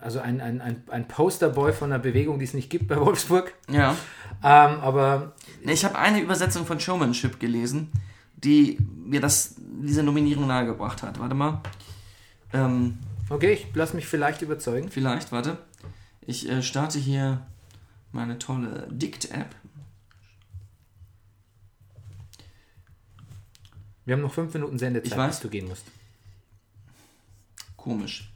S2: also ein, ein, ein, ein Posterboy von einer Bewegung, die es nicht gibt bei Wolfsburg.
S1: ja.
S2: Ähm, aber
S1: Ne, Ich habe eine Übersetzung von Showmanship gelesen, die mir das, diese Nominierung nahegebracht hat. Warte mal. Ähm,
S2: okay, ich lasse mich vielleicht überzeugen.
S1: Vielleicht, warte. Ich äh, starte hier meine tolle Dict-App.
S2: Wir haben noch fünf Minuten Sendezeit,
S1: Ich weiß.
S2: bis du gehen musst.
S1: Komisch.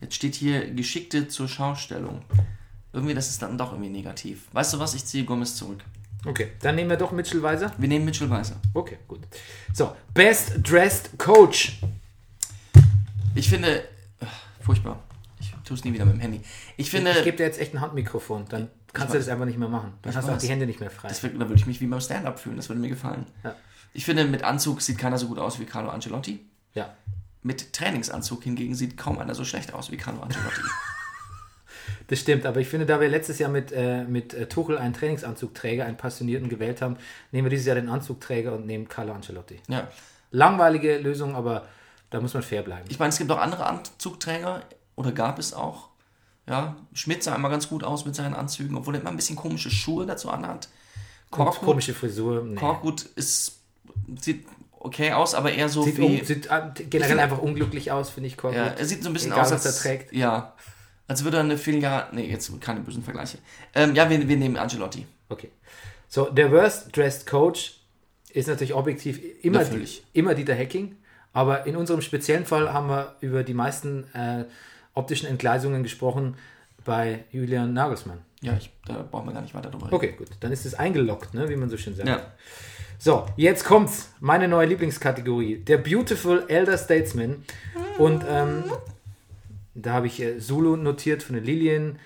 S1: Jetzt steht hier Geschickte zur Schaustellung. Irgendwie, das ist dann doch irgendwie negativ. Weißt du was? Ich ziehe Gomez zurück.
S2: Okay, dann nehmen wir doch Mitchell Weiser.
S1: Wir nehmen Mitchell Weiser.
S2: Okay, gut. So, Best Dressed Coach.
S1: Ich finde. äh, Furchtbar. Ich tue es nie wieder mit dem Handy. Ich finde.
S2: Ich gebe dir jetzt echt ein Handmikrofon, dann kannst du das einfach nicht mehr machen. Dann hast du auch
S1: weiß.
S2: die Hände nicht mehr frei.
S1: das wird, da würde ich mich wie beim Stand-Up fühlen. Das würde mir gefallen.
S2: Ja.
S1: Ich finde, mit Anzug sieht keiner so gut aus wie Carlo Ancelotti.
S2: Ja.
S1: Mit Trainingsanzug hingegen sieht kaum einer so schlecht aus wie Carlo Ancelotti.
S2: Das stimmt, aber ich finde, da wir letztes Jahr mit, äh, mit äh, Tuchel einen Trainingsanzugträger, einen Passionierten gewählt haben, nehmen wir dieses Jahr den Anzugträger und nehmen Carlo Ancelotti.
S1: ja.
S2: Langweilige Lösung, aber da muss man fair bleiben.
S1: Ich meine, es gibt auch andere Anzugträger oder gab es auch. Ja, Schmidt sah immer ganz gut aus mit seinen Anzügen, obwohl er immer ein bisschen komische Schuhe dazu anhat.
S2: Und
S1: Korkut,
S2: komische Frisur. Nee.
S1: Korkut ist, sieht okay aus, aber eher so
S2: Sieht,
S1: wie.
S2: un, sieht äh, generell einfach unglücklich aus, finde ich. Korkut.
S1: ja, er sieht so ein bisschen
S2: Egal,
S1: aus,
S2: was
S1: als
S2: er trägt.
S1: Ja. Als würde er eine Filiale. Nee, jetzt keine bösen Vergleiche. Ähm, ja, wir, wir nehmen Angelotti.
S2: Okay. So, der Worst Dressed Coach ist natürlich objektiv immer, die,
S1: Natürlich.
S2: immer Dieter Hacking, aber in unserem speziellen Fall haben wir über die meisten äh, optischen Entgleisungen gesprochen bei Julian Nagelsmann.
S1: Ja, ich, da brauchen wir gar nicht weiter drüber reden.
S2: Okay, gut. Dann ist es eingeloggt, ne, wie man so schön sagt.
S1: Ja.
S2: So, jetzt kommt's. Meine neue Lieblingskategorie. Der Beautiful Elder Statesman. Und ähm, da habe ich äh, Zulu notiert von den Lilien.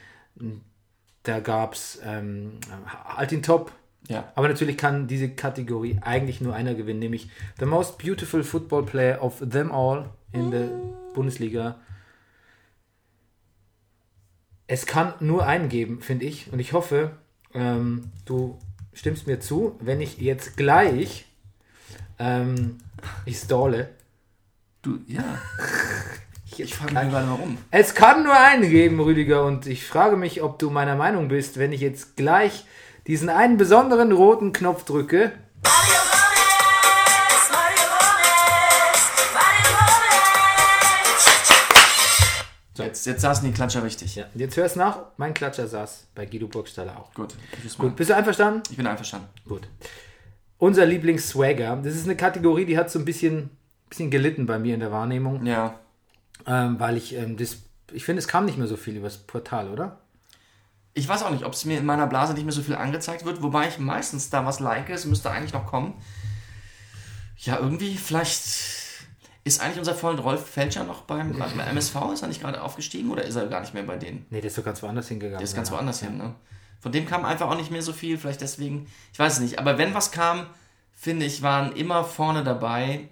S2: Da gab's ähm, Altin Top.
S1: Ja.
S2: Aber natürlich kann diese Kategorie eigentlich nur einer gewinnen, nämlich The Most Beautiful Football Player of Them All in der Bundesliga. Es kann nur einen geben, finde ich. Und ich hoffe, ähm, du stimmst mir zu, wenn ich jetzt gleich, ähm, ich stalle.
S1: Du, ja.
S2: Ich
S1: Ich frage mich gerade warum.
S2: Es kann nur einen geben, Rüdiger, und ich frage mich, ob du meiner Meinung bist, wenn ich jetzt gleich diesen einen besonderen roten Knopf drücke.
S1: Jetzt, jetzt saßen die Klatscher richtig.
S2: Und Jetzt hörst nach, mein Klatscher saß bei Guido Burgstaller auch.
S1: Gut. Tschüss,
S2: Gut,
S1: Mann.
S2: bist du einverstanden?
S1: Ich bin einverstanden.
S2: Gut. Unser Lieblings-Swagger. Das ist eine Kategorie, die hat so ein bisschen, bisschen gelitten bei mir in der Wahrnehmung,
S1: Ja.
S2: ähm, weil ich ähm, das, ich finde, es kam nicht mehr so viel übers Portal, oder?
S1: Ich weiß auch nicht, ob es mir in meiner Blase nicht mehr so viel angezeigt wird, wobei ich meistens da was like, es müsste eigentlich noch kommen. Ja, irgendwie, vielleicht ist eigentlich unser Freund Rolf Felscher noch beim, beim MSV, ist er nicht gerade aufgestiegen oder ist er gar nicht mehr bei denen?
S2: Nee, der ist doch ganz woanders hingegangen.
S1: Der ist ganz woanders hin, ne? Von dem kam einfach auch nicht mehr so viel, vielleicht deswegen, ich weiß es nicht. Aber wenn was kam, finde ich, waren immer vorne dabei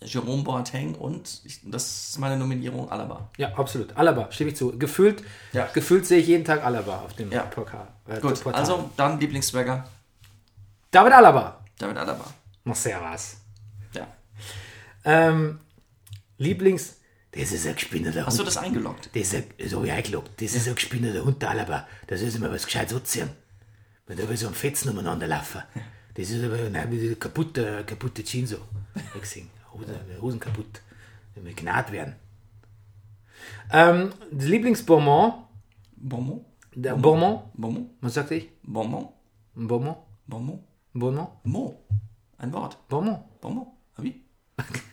S1: Jerome Boateng und ich, das ist meine Nominierung, Alaba.
S2: Ja, absolut. Alaba, stimme ich zu. Gefühlt,
S1: Ja.
S2: gefühlt sehe ich jeden Tag Alaba auf dem
S1: Ja.
S2: Portal. äh,
S1: Gut,
S2: Portal.
S1: also dann Lieblingsberger,
S2: David Alaba.
S1: damit Alaba.
S2: Na, servus.
S1: Ja.
S2: Ähm, Lieblings... Das ist ein gespinnerter
S1: Hast du das eingeloggt?
S2: Das ist so eingeloggt. Das ist ein gespinnerter Hund, der Alaba. Das ist immer was Gescheites anziehen. Wenn da bei so einem Fetzen umeinander laufen. Das ist aber nein, mit dieser kaputte, kaputte Jeans so. Hab ich gesehen. Hosen, Hosen kaputt. Wenn wir genäht werden. Ähm, das Lieblingsbonbon,
S1: Bonbon?
S2: der Bonbon,
S1: Bonbon?
S2: was sagte ich?
S1: Bonbon?
S2: Ein Bonbon?
S1: Bonbon?
S2: Ein Bonbon?
S1: Mo. Ein Wort.
S2: Bonbon.
S1: Bonbon? Ah, Wie?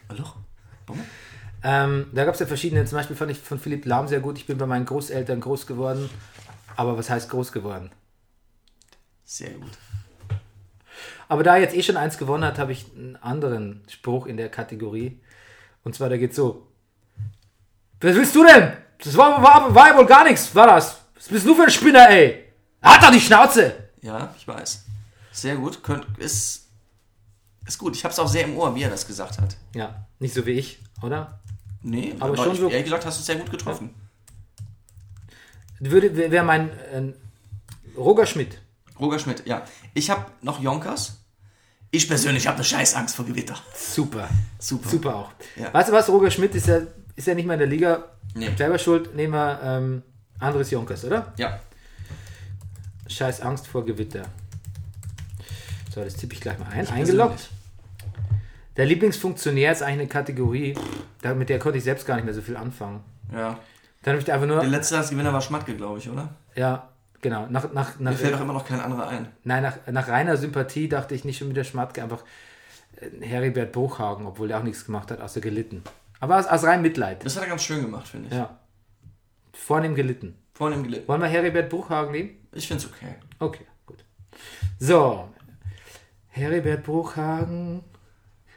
S1: Ein Loch? Bonbon?
S2: Ähm, da gab es ja verschiedene, zum Beispiel fand ich von Philipp Lahm sehr gut. Ich bin bei meinen Großeltern groß geworden. Aber was heißt groß geworden?
S1: Sehr gut.
S2: Aber da er jetzt eh schon eins gewonnen hat, habe ich einen anderen Spruch in der Kategorie. Und zwar, da geht's so. Was willst du denn? Das war, war, war ja wohl gar nichts, war das. Was bist du für ein Spinner, ey? Hat doch die Schnauze!
S1: Ja, ich weiß. Sehr gut. Könnt, ist, ist gut. Ich hab's auch sehr im Ohr, wie er das gesagt hat.
S2: Ja, nicht so wie ich, oder?
S1: Nee,
S2: Aber schon
S1: ich,
S2: so-
S1: ehrlich gesagt hast du es sehr gut getroffen.
S2: Würde, wäre wär mein äh, Roger Schmidt.
S1: Roger Schmidt, ja. Ich hab noch Jonkers. Ich persönlich habe eine Scheißangst vor Gewitter.
S2: Super.
S1: Super.
S2: Super auch.
S1: Ja.
S2: Weißt du was, Roger Schmidt ist ja, ist ja nicht mehr in der Liga.
S1: Nee.
S2: Selber schuld, nehmen wir ähm, Andres Jonkers, oder?
S1: Ja.
S2: Scheiß Angst vor Gewitter. So, das tippe ich gleich mal ein. Eingeloggt. Der Lieblingsfunktionär ist eigentlich eine Kategorie, da- mit der konnte ich selbst gar nicht mehr so viel anfangen.
S1: Ja.
S2: Dann habe ich einfach
S1: Der
S2: nur,
S1: letzte als Gewinner war Schmatke, glaube ich, oder?
S2: ja, genau, nach, nach, nach,
S1: Mir fällt doch immer noch kein anderer ein.
S2: nein, nach, nach reiner Sympathie dachte ich nicht schon wieder Schmatke, einfach äh, Heribert Bruchhagen, obwohl der auch nichts gemacht hat, außer gelitten. Aber aus, aus rein Mitleid.
S1: Das hat er ganz schön gemacht, finde ich.
S2: Ja. Vornehm gelitten.
S1: Vorne im Gelitten.
S2: Wollen wir Heribert Bruchhagen nehmen?
S1: Ich find's okay.
S2: Okay, gut. So, Heribert Bruchhagen.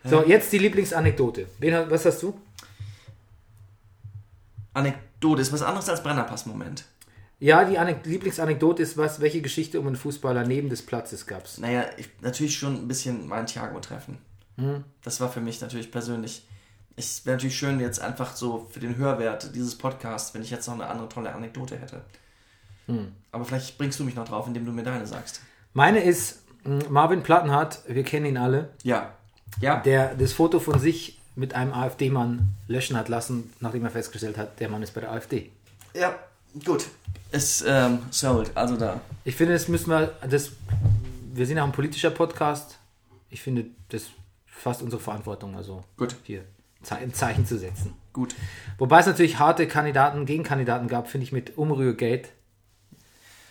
S2: So, jetzt die Lieblingsanekdote. Wen, ha- was hast du?
S1: Anekdote ist was anderes als Brennerpass-Moment.
S2: Ja, die Anek Lieblingsanekdote ist, was, welche Geschichte um einen Fußballer neben des Platzes gab es.
S1: Naja, ich, natürlich schon ein bisschen mein Thiago-Treffen. Das war für mich natürlich persönlich. Es wäre natürlich schön, jetzt einfach so für den Hörwert dieses Podcasts, wenn ich jetzt noch eine andere tolle Anekdote hätte. Aber vielleicht bringst du mich noch drauf, indem du mir deine sagst.
S2: Meine ist mh, Marvin Plattenhardt, wir kennen ihn alle,
S1: Ja. Ja.
S2: der das Foto von sich mit einem AfD-Mann löschen hat lassen, nachdem er festgestellt hat, der Mann ist bei der AfD.
S1: ja. Gut. Ist ähm, sold. Also da.
S2: Ich finde, das müssen wir, das, wir sind ja auch ein politischer Podcast. Ich finde, das ist fast unsere Verantwortung. Also
S1: Gut.
S2: hier, Ze- ein Zeichen zu setzen.
S1: Gut.
S2: Wobei es natürlich harte Kandidaten, Gegenkandidaten gab, finde ich, mit Umrührgate.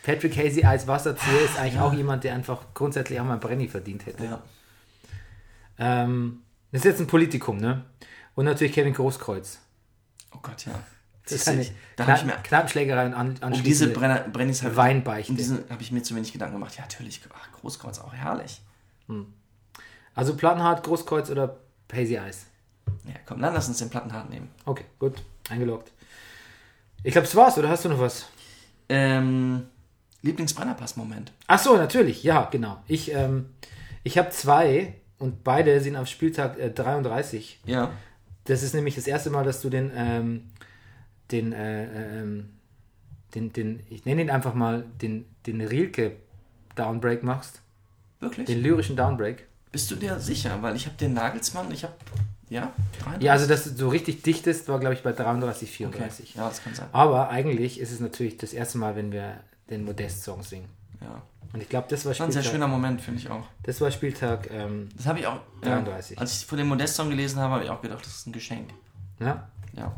S2: Patrick Casey als Wasserzieher ist eigentlich auch jemand, der einfach grundsätzlich auch mal einen Brenny verdient hätte.
S1: Ja.
S2: Ähm, das ist jetzt ein Politikum, ne? Und natürlich Kevin Großkreuz.
S1: Oh Gott, ja.
S2: Das ist
S1: Siehst du,
S2: eine
S1: da
S2: Kna
S1: hab ich mir-
S2: Knappenschlägerei und an,
S1: Um diese
S2: anschließende
S1: Brenner, Brennies habe
S2: Weinbeichte.
S1: um diese habe ich mir zu wenig Gedanken gemacht. Ja, natürlich. Ach, Großkreuz auch herrlich.
S2: Also Plattenhardt, Großkreuz oder Hazy Eyes?
S1: Ja, komm, dann lass uns den Plattenhart nehmen.
S2: Okay, gut. Eingeloggt. Ich glaube, es war's, oder hast du noch was?
S1: Ähm, Lieblingsbrennerpass-Moment.
S2: Ach so, natürlich. Ja, genau. Ich, ähm, ich habe zwei und beide sind auf Spieltag äh, 33.
S1: Ja.
S2: Das ist nämlich das erste Mal, dass du den, ähm, den, äh, ähm, den, den, ich nenne ihn einfach mal den, den Rilke Downbreak machst,
S1: Wirklich?
S2: den lyrischen Downbreak.
S1: Bist du dir sicher? Weil ich habe den Nagelsmann, ich habe ja, drei.
S2: Ja, also dass du so richtig dichtest, war glaube ich bei 33, 34.
S1: Ja, das kann sein.
S2: Aber eigentlich ist es natürlich das erste Mal, wenn wir den Modest-Song singen.
S1: Ja.
S2: Und ich glaube, das war
S1: Das war ein
S2: Spieltag,
S1: sehr schöner Moment, finde ich auch.
S2: das war Spieltag ähm,
S1: Das habe ich auch. ja,
S2: 33.
S1: als ich von dem Modest-Song gelesen habe, habe ich auch gedacht, das ist ein Geschenk.
S2: ja,
S1: Ja.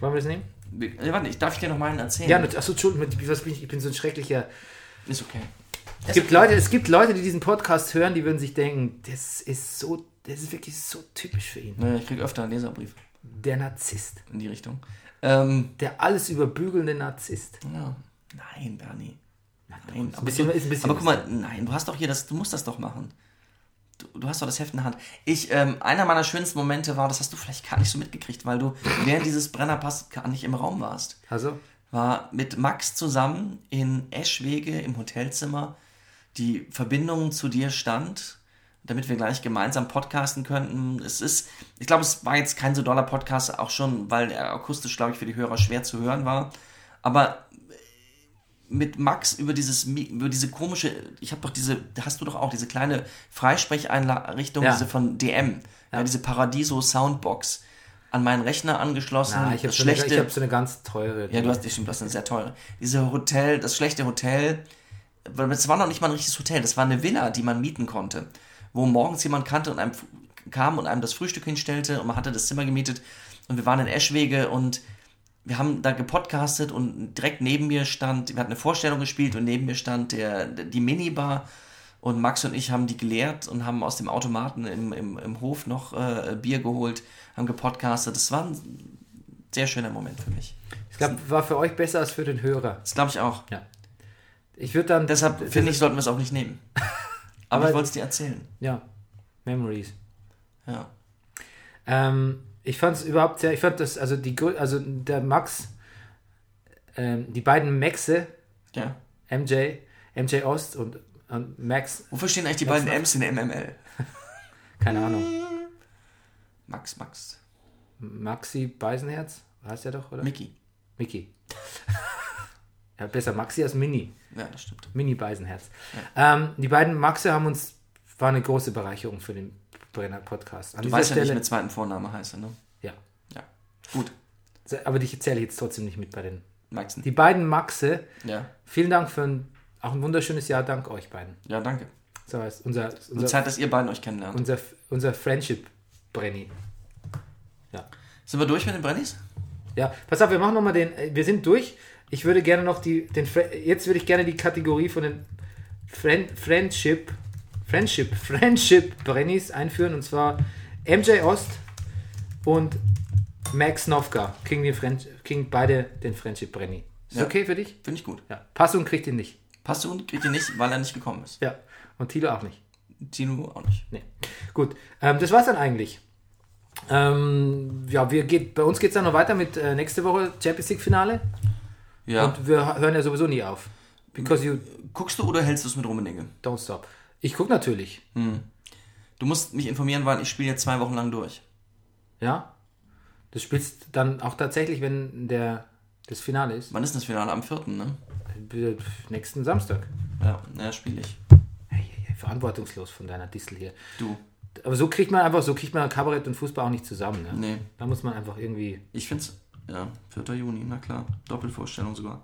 S2: wollen wir das nehmen?
S1: Wir- äh, Warte, ich darf ich dir noch mal einen erzählen?
S2: Ja, nat- achso, Entschuldigung, mit- was bin ich, ich bin so ein schrecklicher.
S1: Ist okay.
S2: Es gibt, Leute, es gibt Leute, die diesen Podcast hören, die würden sich denken, das ist so, das ist wirklich so typisch für ihn.
S1: Naja, ich krieg öfter einen Leserbrief
S2: Der Narzisst.
S1: in die Richtung. Ähm,
S2: Der alles überbügelnde Narzisst.
S1: ja. Nein, Bernie. Nein, aber,
S2: bisschen-
S1: du,
S2: ist ein bisschen-
S1: aber guck mal, nein, du hast doch hier das, du musst das doch machen. Du, du hast doch das Heft in der Hand. Ich, ähm, einer meiner schönsten Momente war, das hast du vielleicht gar nicht so mitgekriegt, weil du während dieses Brennerpass gar nicht im Raum warst.
S2: Also,
S1: war mit Max zusammen in Eschwege im Hotelzimmer. Die Verbindung zu dir stand, damit wir gleich gemeinsam podcasten könnten. Es ist, ich glaube, es war jetzt kein so doller Podcast, auch schon, weil er akustisch, glaube ich, für die Hörer schwer zu hören war. Aber mit Max über dieses, Mi- über diese komische, ich habe doch diese, hast du doch auch diese kleine Freisprecheinrichtung,
S2: Ja.
S1: diese von DM, ja. diese Paradiso Soundbox an meinen Rechner angeschlossen.
S2: na, ich habe
S1: das
S2: so, eine- ich hab so eine ganz teure.
S1: ja, du hast, stimmt, du hast eine sehr teure. Diese Hotel, das schlechte Hotel, weil es war noch nicht mal ein richtiges Hotel, das war eine Villa, die man mieten konnte, wo morgens jemand kannte und einem f- kam und einem das Frühstück hinstellte und man hatte das Zimmer gemietet und wir waren in Eschwege und wir haben da gepodcastet und direkt neben mir stand, wir hatten eine Vorstellung gespielt und neben mir stand der, die Minibar und Max und ich haben die geleert und haben aus dem Automaten im, im, im Hof noch äh, Bier geholt, haben gepodcastet. Das war ein sehr schöner Moment für mich.
S2: ich glaube, war für euch besser als für den Hörer.
S1: Das glaube ich auch.
S2: Ich würde dann.
S1: Deshalb
S2: das
S1: finde ich,
S2: ist-
S1: sollten wir es auch nicht nehmen. Aber,
S2: Aber-
S1: ich wollte es dir erzählen.
S2: Ja, Memories.
S1: Ja.
S2: Ähm, ich fand es überhaupt sehr, ich fand das, also die grö- also der Max, ähm, die beiden Maxe,
S1: ja.
S2: MJ, MJ Ost und, und Max,
S1: Wofür stehen eigentlich die beiden M's in der MML?
S2: keine Ahnung,
S1: Max, Max,
S2: Maxi Beisenherz, heißt er doch, oder?
S1: Mickey.
S2: Mickey. ja, besser Maxi als Mini.
S1: Ja, das stimmt.
S2: Mini Beisenherz. Ähm, die beiden Maxe haben uns, war eine große Bereicherung für den Brenner Podcast. An
S1: Du
S2: dieser
S1: weißt ja, wie ich
S2: Stelle-
S1: mit zweiten Vornamen heiße, ne?
S2: ja.
S1: Ja. Gut.
S2: Aber die zähle ich jetzt trotzdem nicht mit bei den.
S1: Maxen.
S2: Die beiden Maxe,
S1: ja.
S2: vielen Dank für ein, auch ein wunderschönes Jahr, dank euch beiden.
S1: Ja, danke.
S2: So heißt unser,
S1: Die
S2: unser,
S1: Zeit, dass ihr beiden euch kennenlernt.
S2: unser, unser Friendship Brenny. Ja.
S1: Sind wir durch mit den Brennies?
S2: ja, pass auf, wir machen nochmal den. äh, Wir sind durch. Ich würde gerne noch die. Den, Fre- jetzt würde ich gerne die Kategorie von den Friend, Friendship. Friendship. Friendship Brennys einführen. Und zwar MJ Ost und Max Novka kriegen, den Friend, kriegen beide den Friendship Brenny. Ist
S1: Ja.
S2: okay für dich?
S1: Finde ich gut.
S2: Ja. Passung kriegt ihn nicht.
S1: Passt und kriegt ihr nicht, weil er nicht gekommen ist.
S2: Ja. Und Thilo auch nicht.
S1: Tino auch nicht.
S2: Nee. Gut, ähm, das war's dann eigentlich. Ähm, ja, wir geht, bei uns geht's dann noch weiter mit äh, nächste Woche Champions League Finale.
S1: Ja.
S2: Und wir h- hören ja sowieso nie auf. Because you
S1: Guckst du oder hältst du es mit Rummenigge?
S2: don't stop. Ich guck natürlich.
S1: Du musst mich informieren, weil ich spiele jetzt zwei Wochen lang durch.
S2: Ja. Du spielst dann auch tatsächlich, wenn der das Finale ist.
S1: Wann ist denn das Finale? Am 4., ne?
S2: äh, Nächsten Samstag.
S1: Ja, ja spiele ich.
S2: Ja, Verantwortungslos von deiner Distel hier.
S1: Du.
S2: Aber so kriegt man einfach, so kriegt man Kabarett und Fußball auch nicht zusammen. Ne?
S1: Nee.
S2: Da muss man einfach irgendwie.
S1: Ich find's, ja, 4. Juni, na klar. Doppelvorstellung sogar.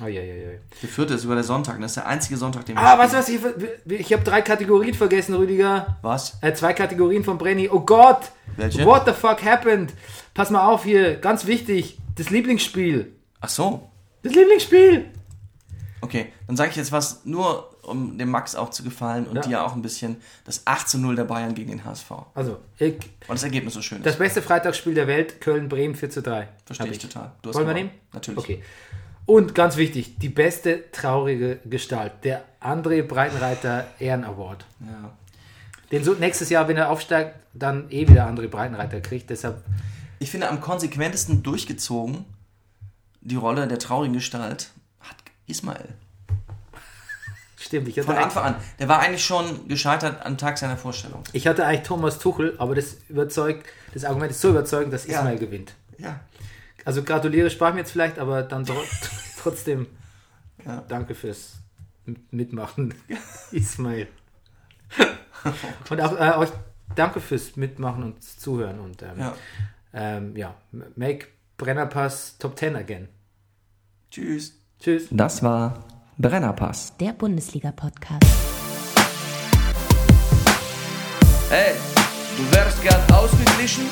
S2: Eieiei.
S1: Der vierte ist sogar der Sonntag. und Das ist der einzige Sonntag, den wir
S2: Ah, weißt du
S1: spielen.
S2: was? Ich, ich habe drei Kategorien vergessen, Rüdiger.
S1: Was?
S2: Äh, zwei Kategorien von Brenny. Oh Gott!
S1: Welche?
S2: What the fuck happened? Pass mal auf hier, ganz wichtig. Das Lieblingsspiel.
S1: Ach so.
S2: Das Lieblingsspiel!
S1: Okay, dann sage ich jetzt was, nur um dem Max auch zu gefallen und
S2: Ja.
S1: dir auch ein bisschen. Das 8 zu 0 der Bayern gegen den HSV. Und
S2: Also, ich,
S1: das Ergebnis so schön ist.
S2: das beste Freitagsspiel der Welt, Köln-Bremen 4 zu 3.
S1: Verstehe
S2: Hab
S1: ich total. Du hast
S2: Wollen wir
S1: gewonnen.
S2: nehmen?
S1: Natürlich.
S2: Okay. Und ganz wichtig, die beste traurige Gestalt, der André Breitenreiter Ehren Award.
S1: Ja.
S2: Den so nächstes Jahr, wenn er aufsteigt, dann eh wieder André Breitenreiter kriegt. Deshalb,
S1: Ich finde, am konsequentesten durchgezogen die Rolle der traurigen Gestalt hat Ismail.
S2: stimmt, ich hatte,
S1: Von
S2: eigentlich,
S1: Anfang an. Der war eigentlich schon gescheitert am Tag seiner Vorstellung.
S2: ich hatte eigentlich Thomas Tuchel, aber das überzeugt, das Argument ist so überzeugend, dass Ismail gewinnt.
S1: Ja.
S2: Also gratuliere, sparen wir jetzt vielleicht, aber dann tro trotzdem danke fürs M- Mitmachen, Ismail. und auch äh, euch danke fürs Mitmachen und Zuhören und ähm,
S1: ja.
S2: Ähm, ja, make Brennerpass Top 10 again.
S1: Tschüss.
S2: Tschüss.
S3: Das war Brennerpass.
S4: Der Bundesliga-Podcast.
S5: Hey, du wärst gern ausgeglichen?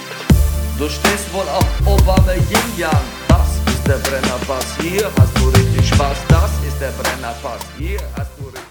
S5: Du stehst wohl auf Obama Yin Yang. Das ist der Brennerpass. Hier hast du richtig Spaß. Das ist der Brennerpass. Hier hast du richtig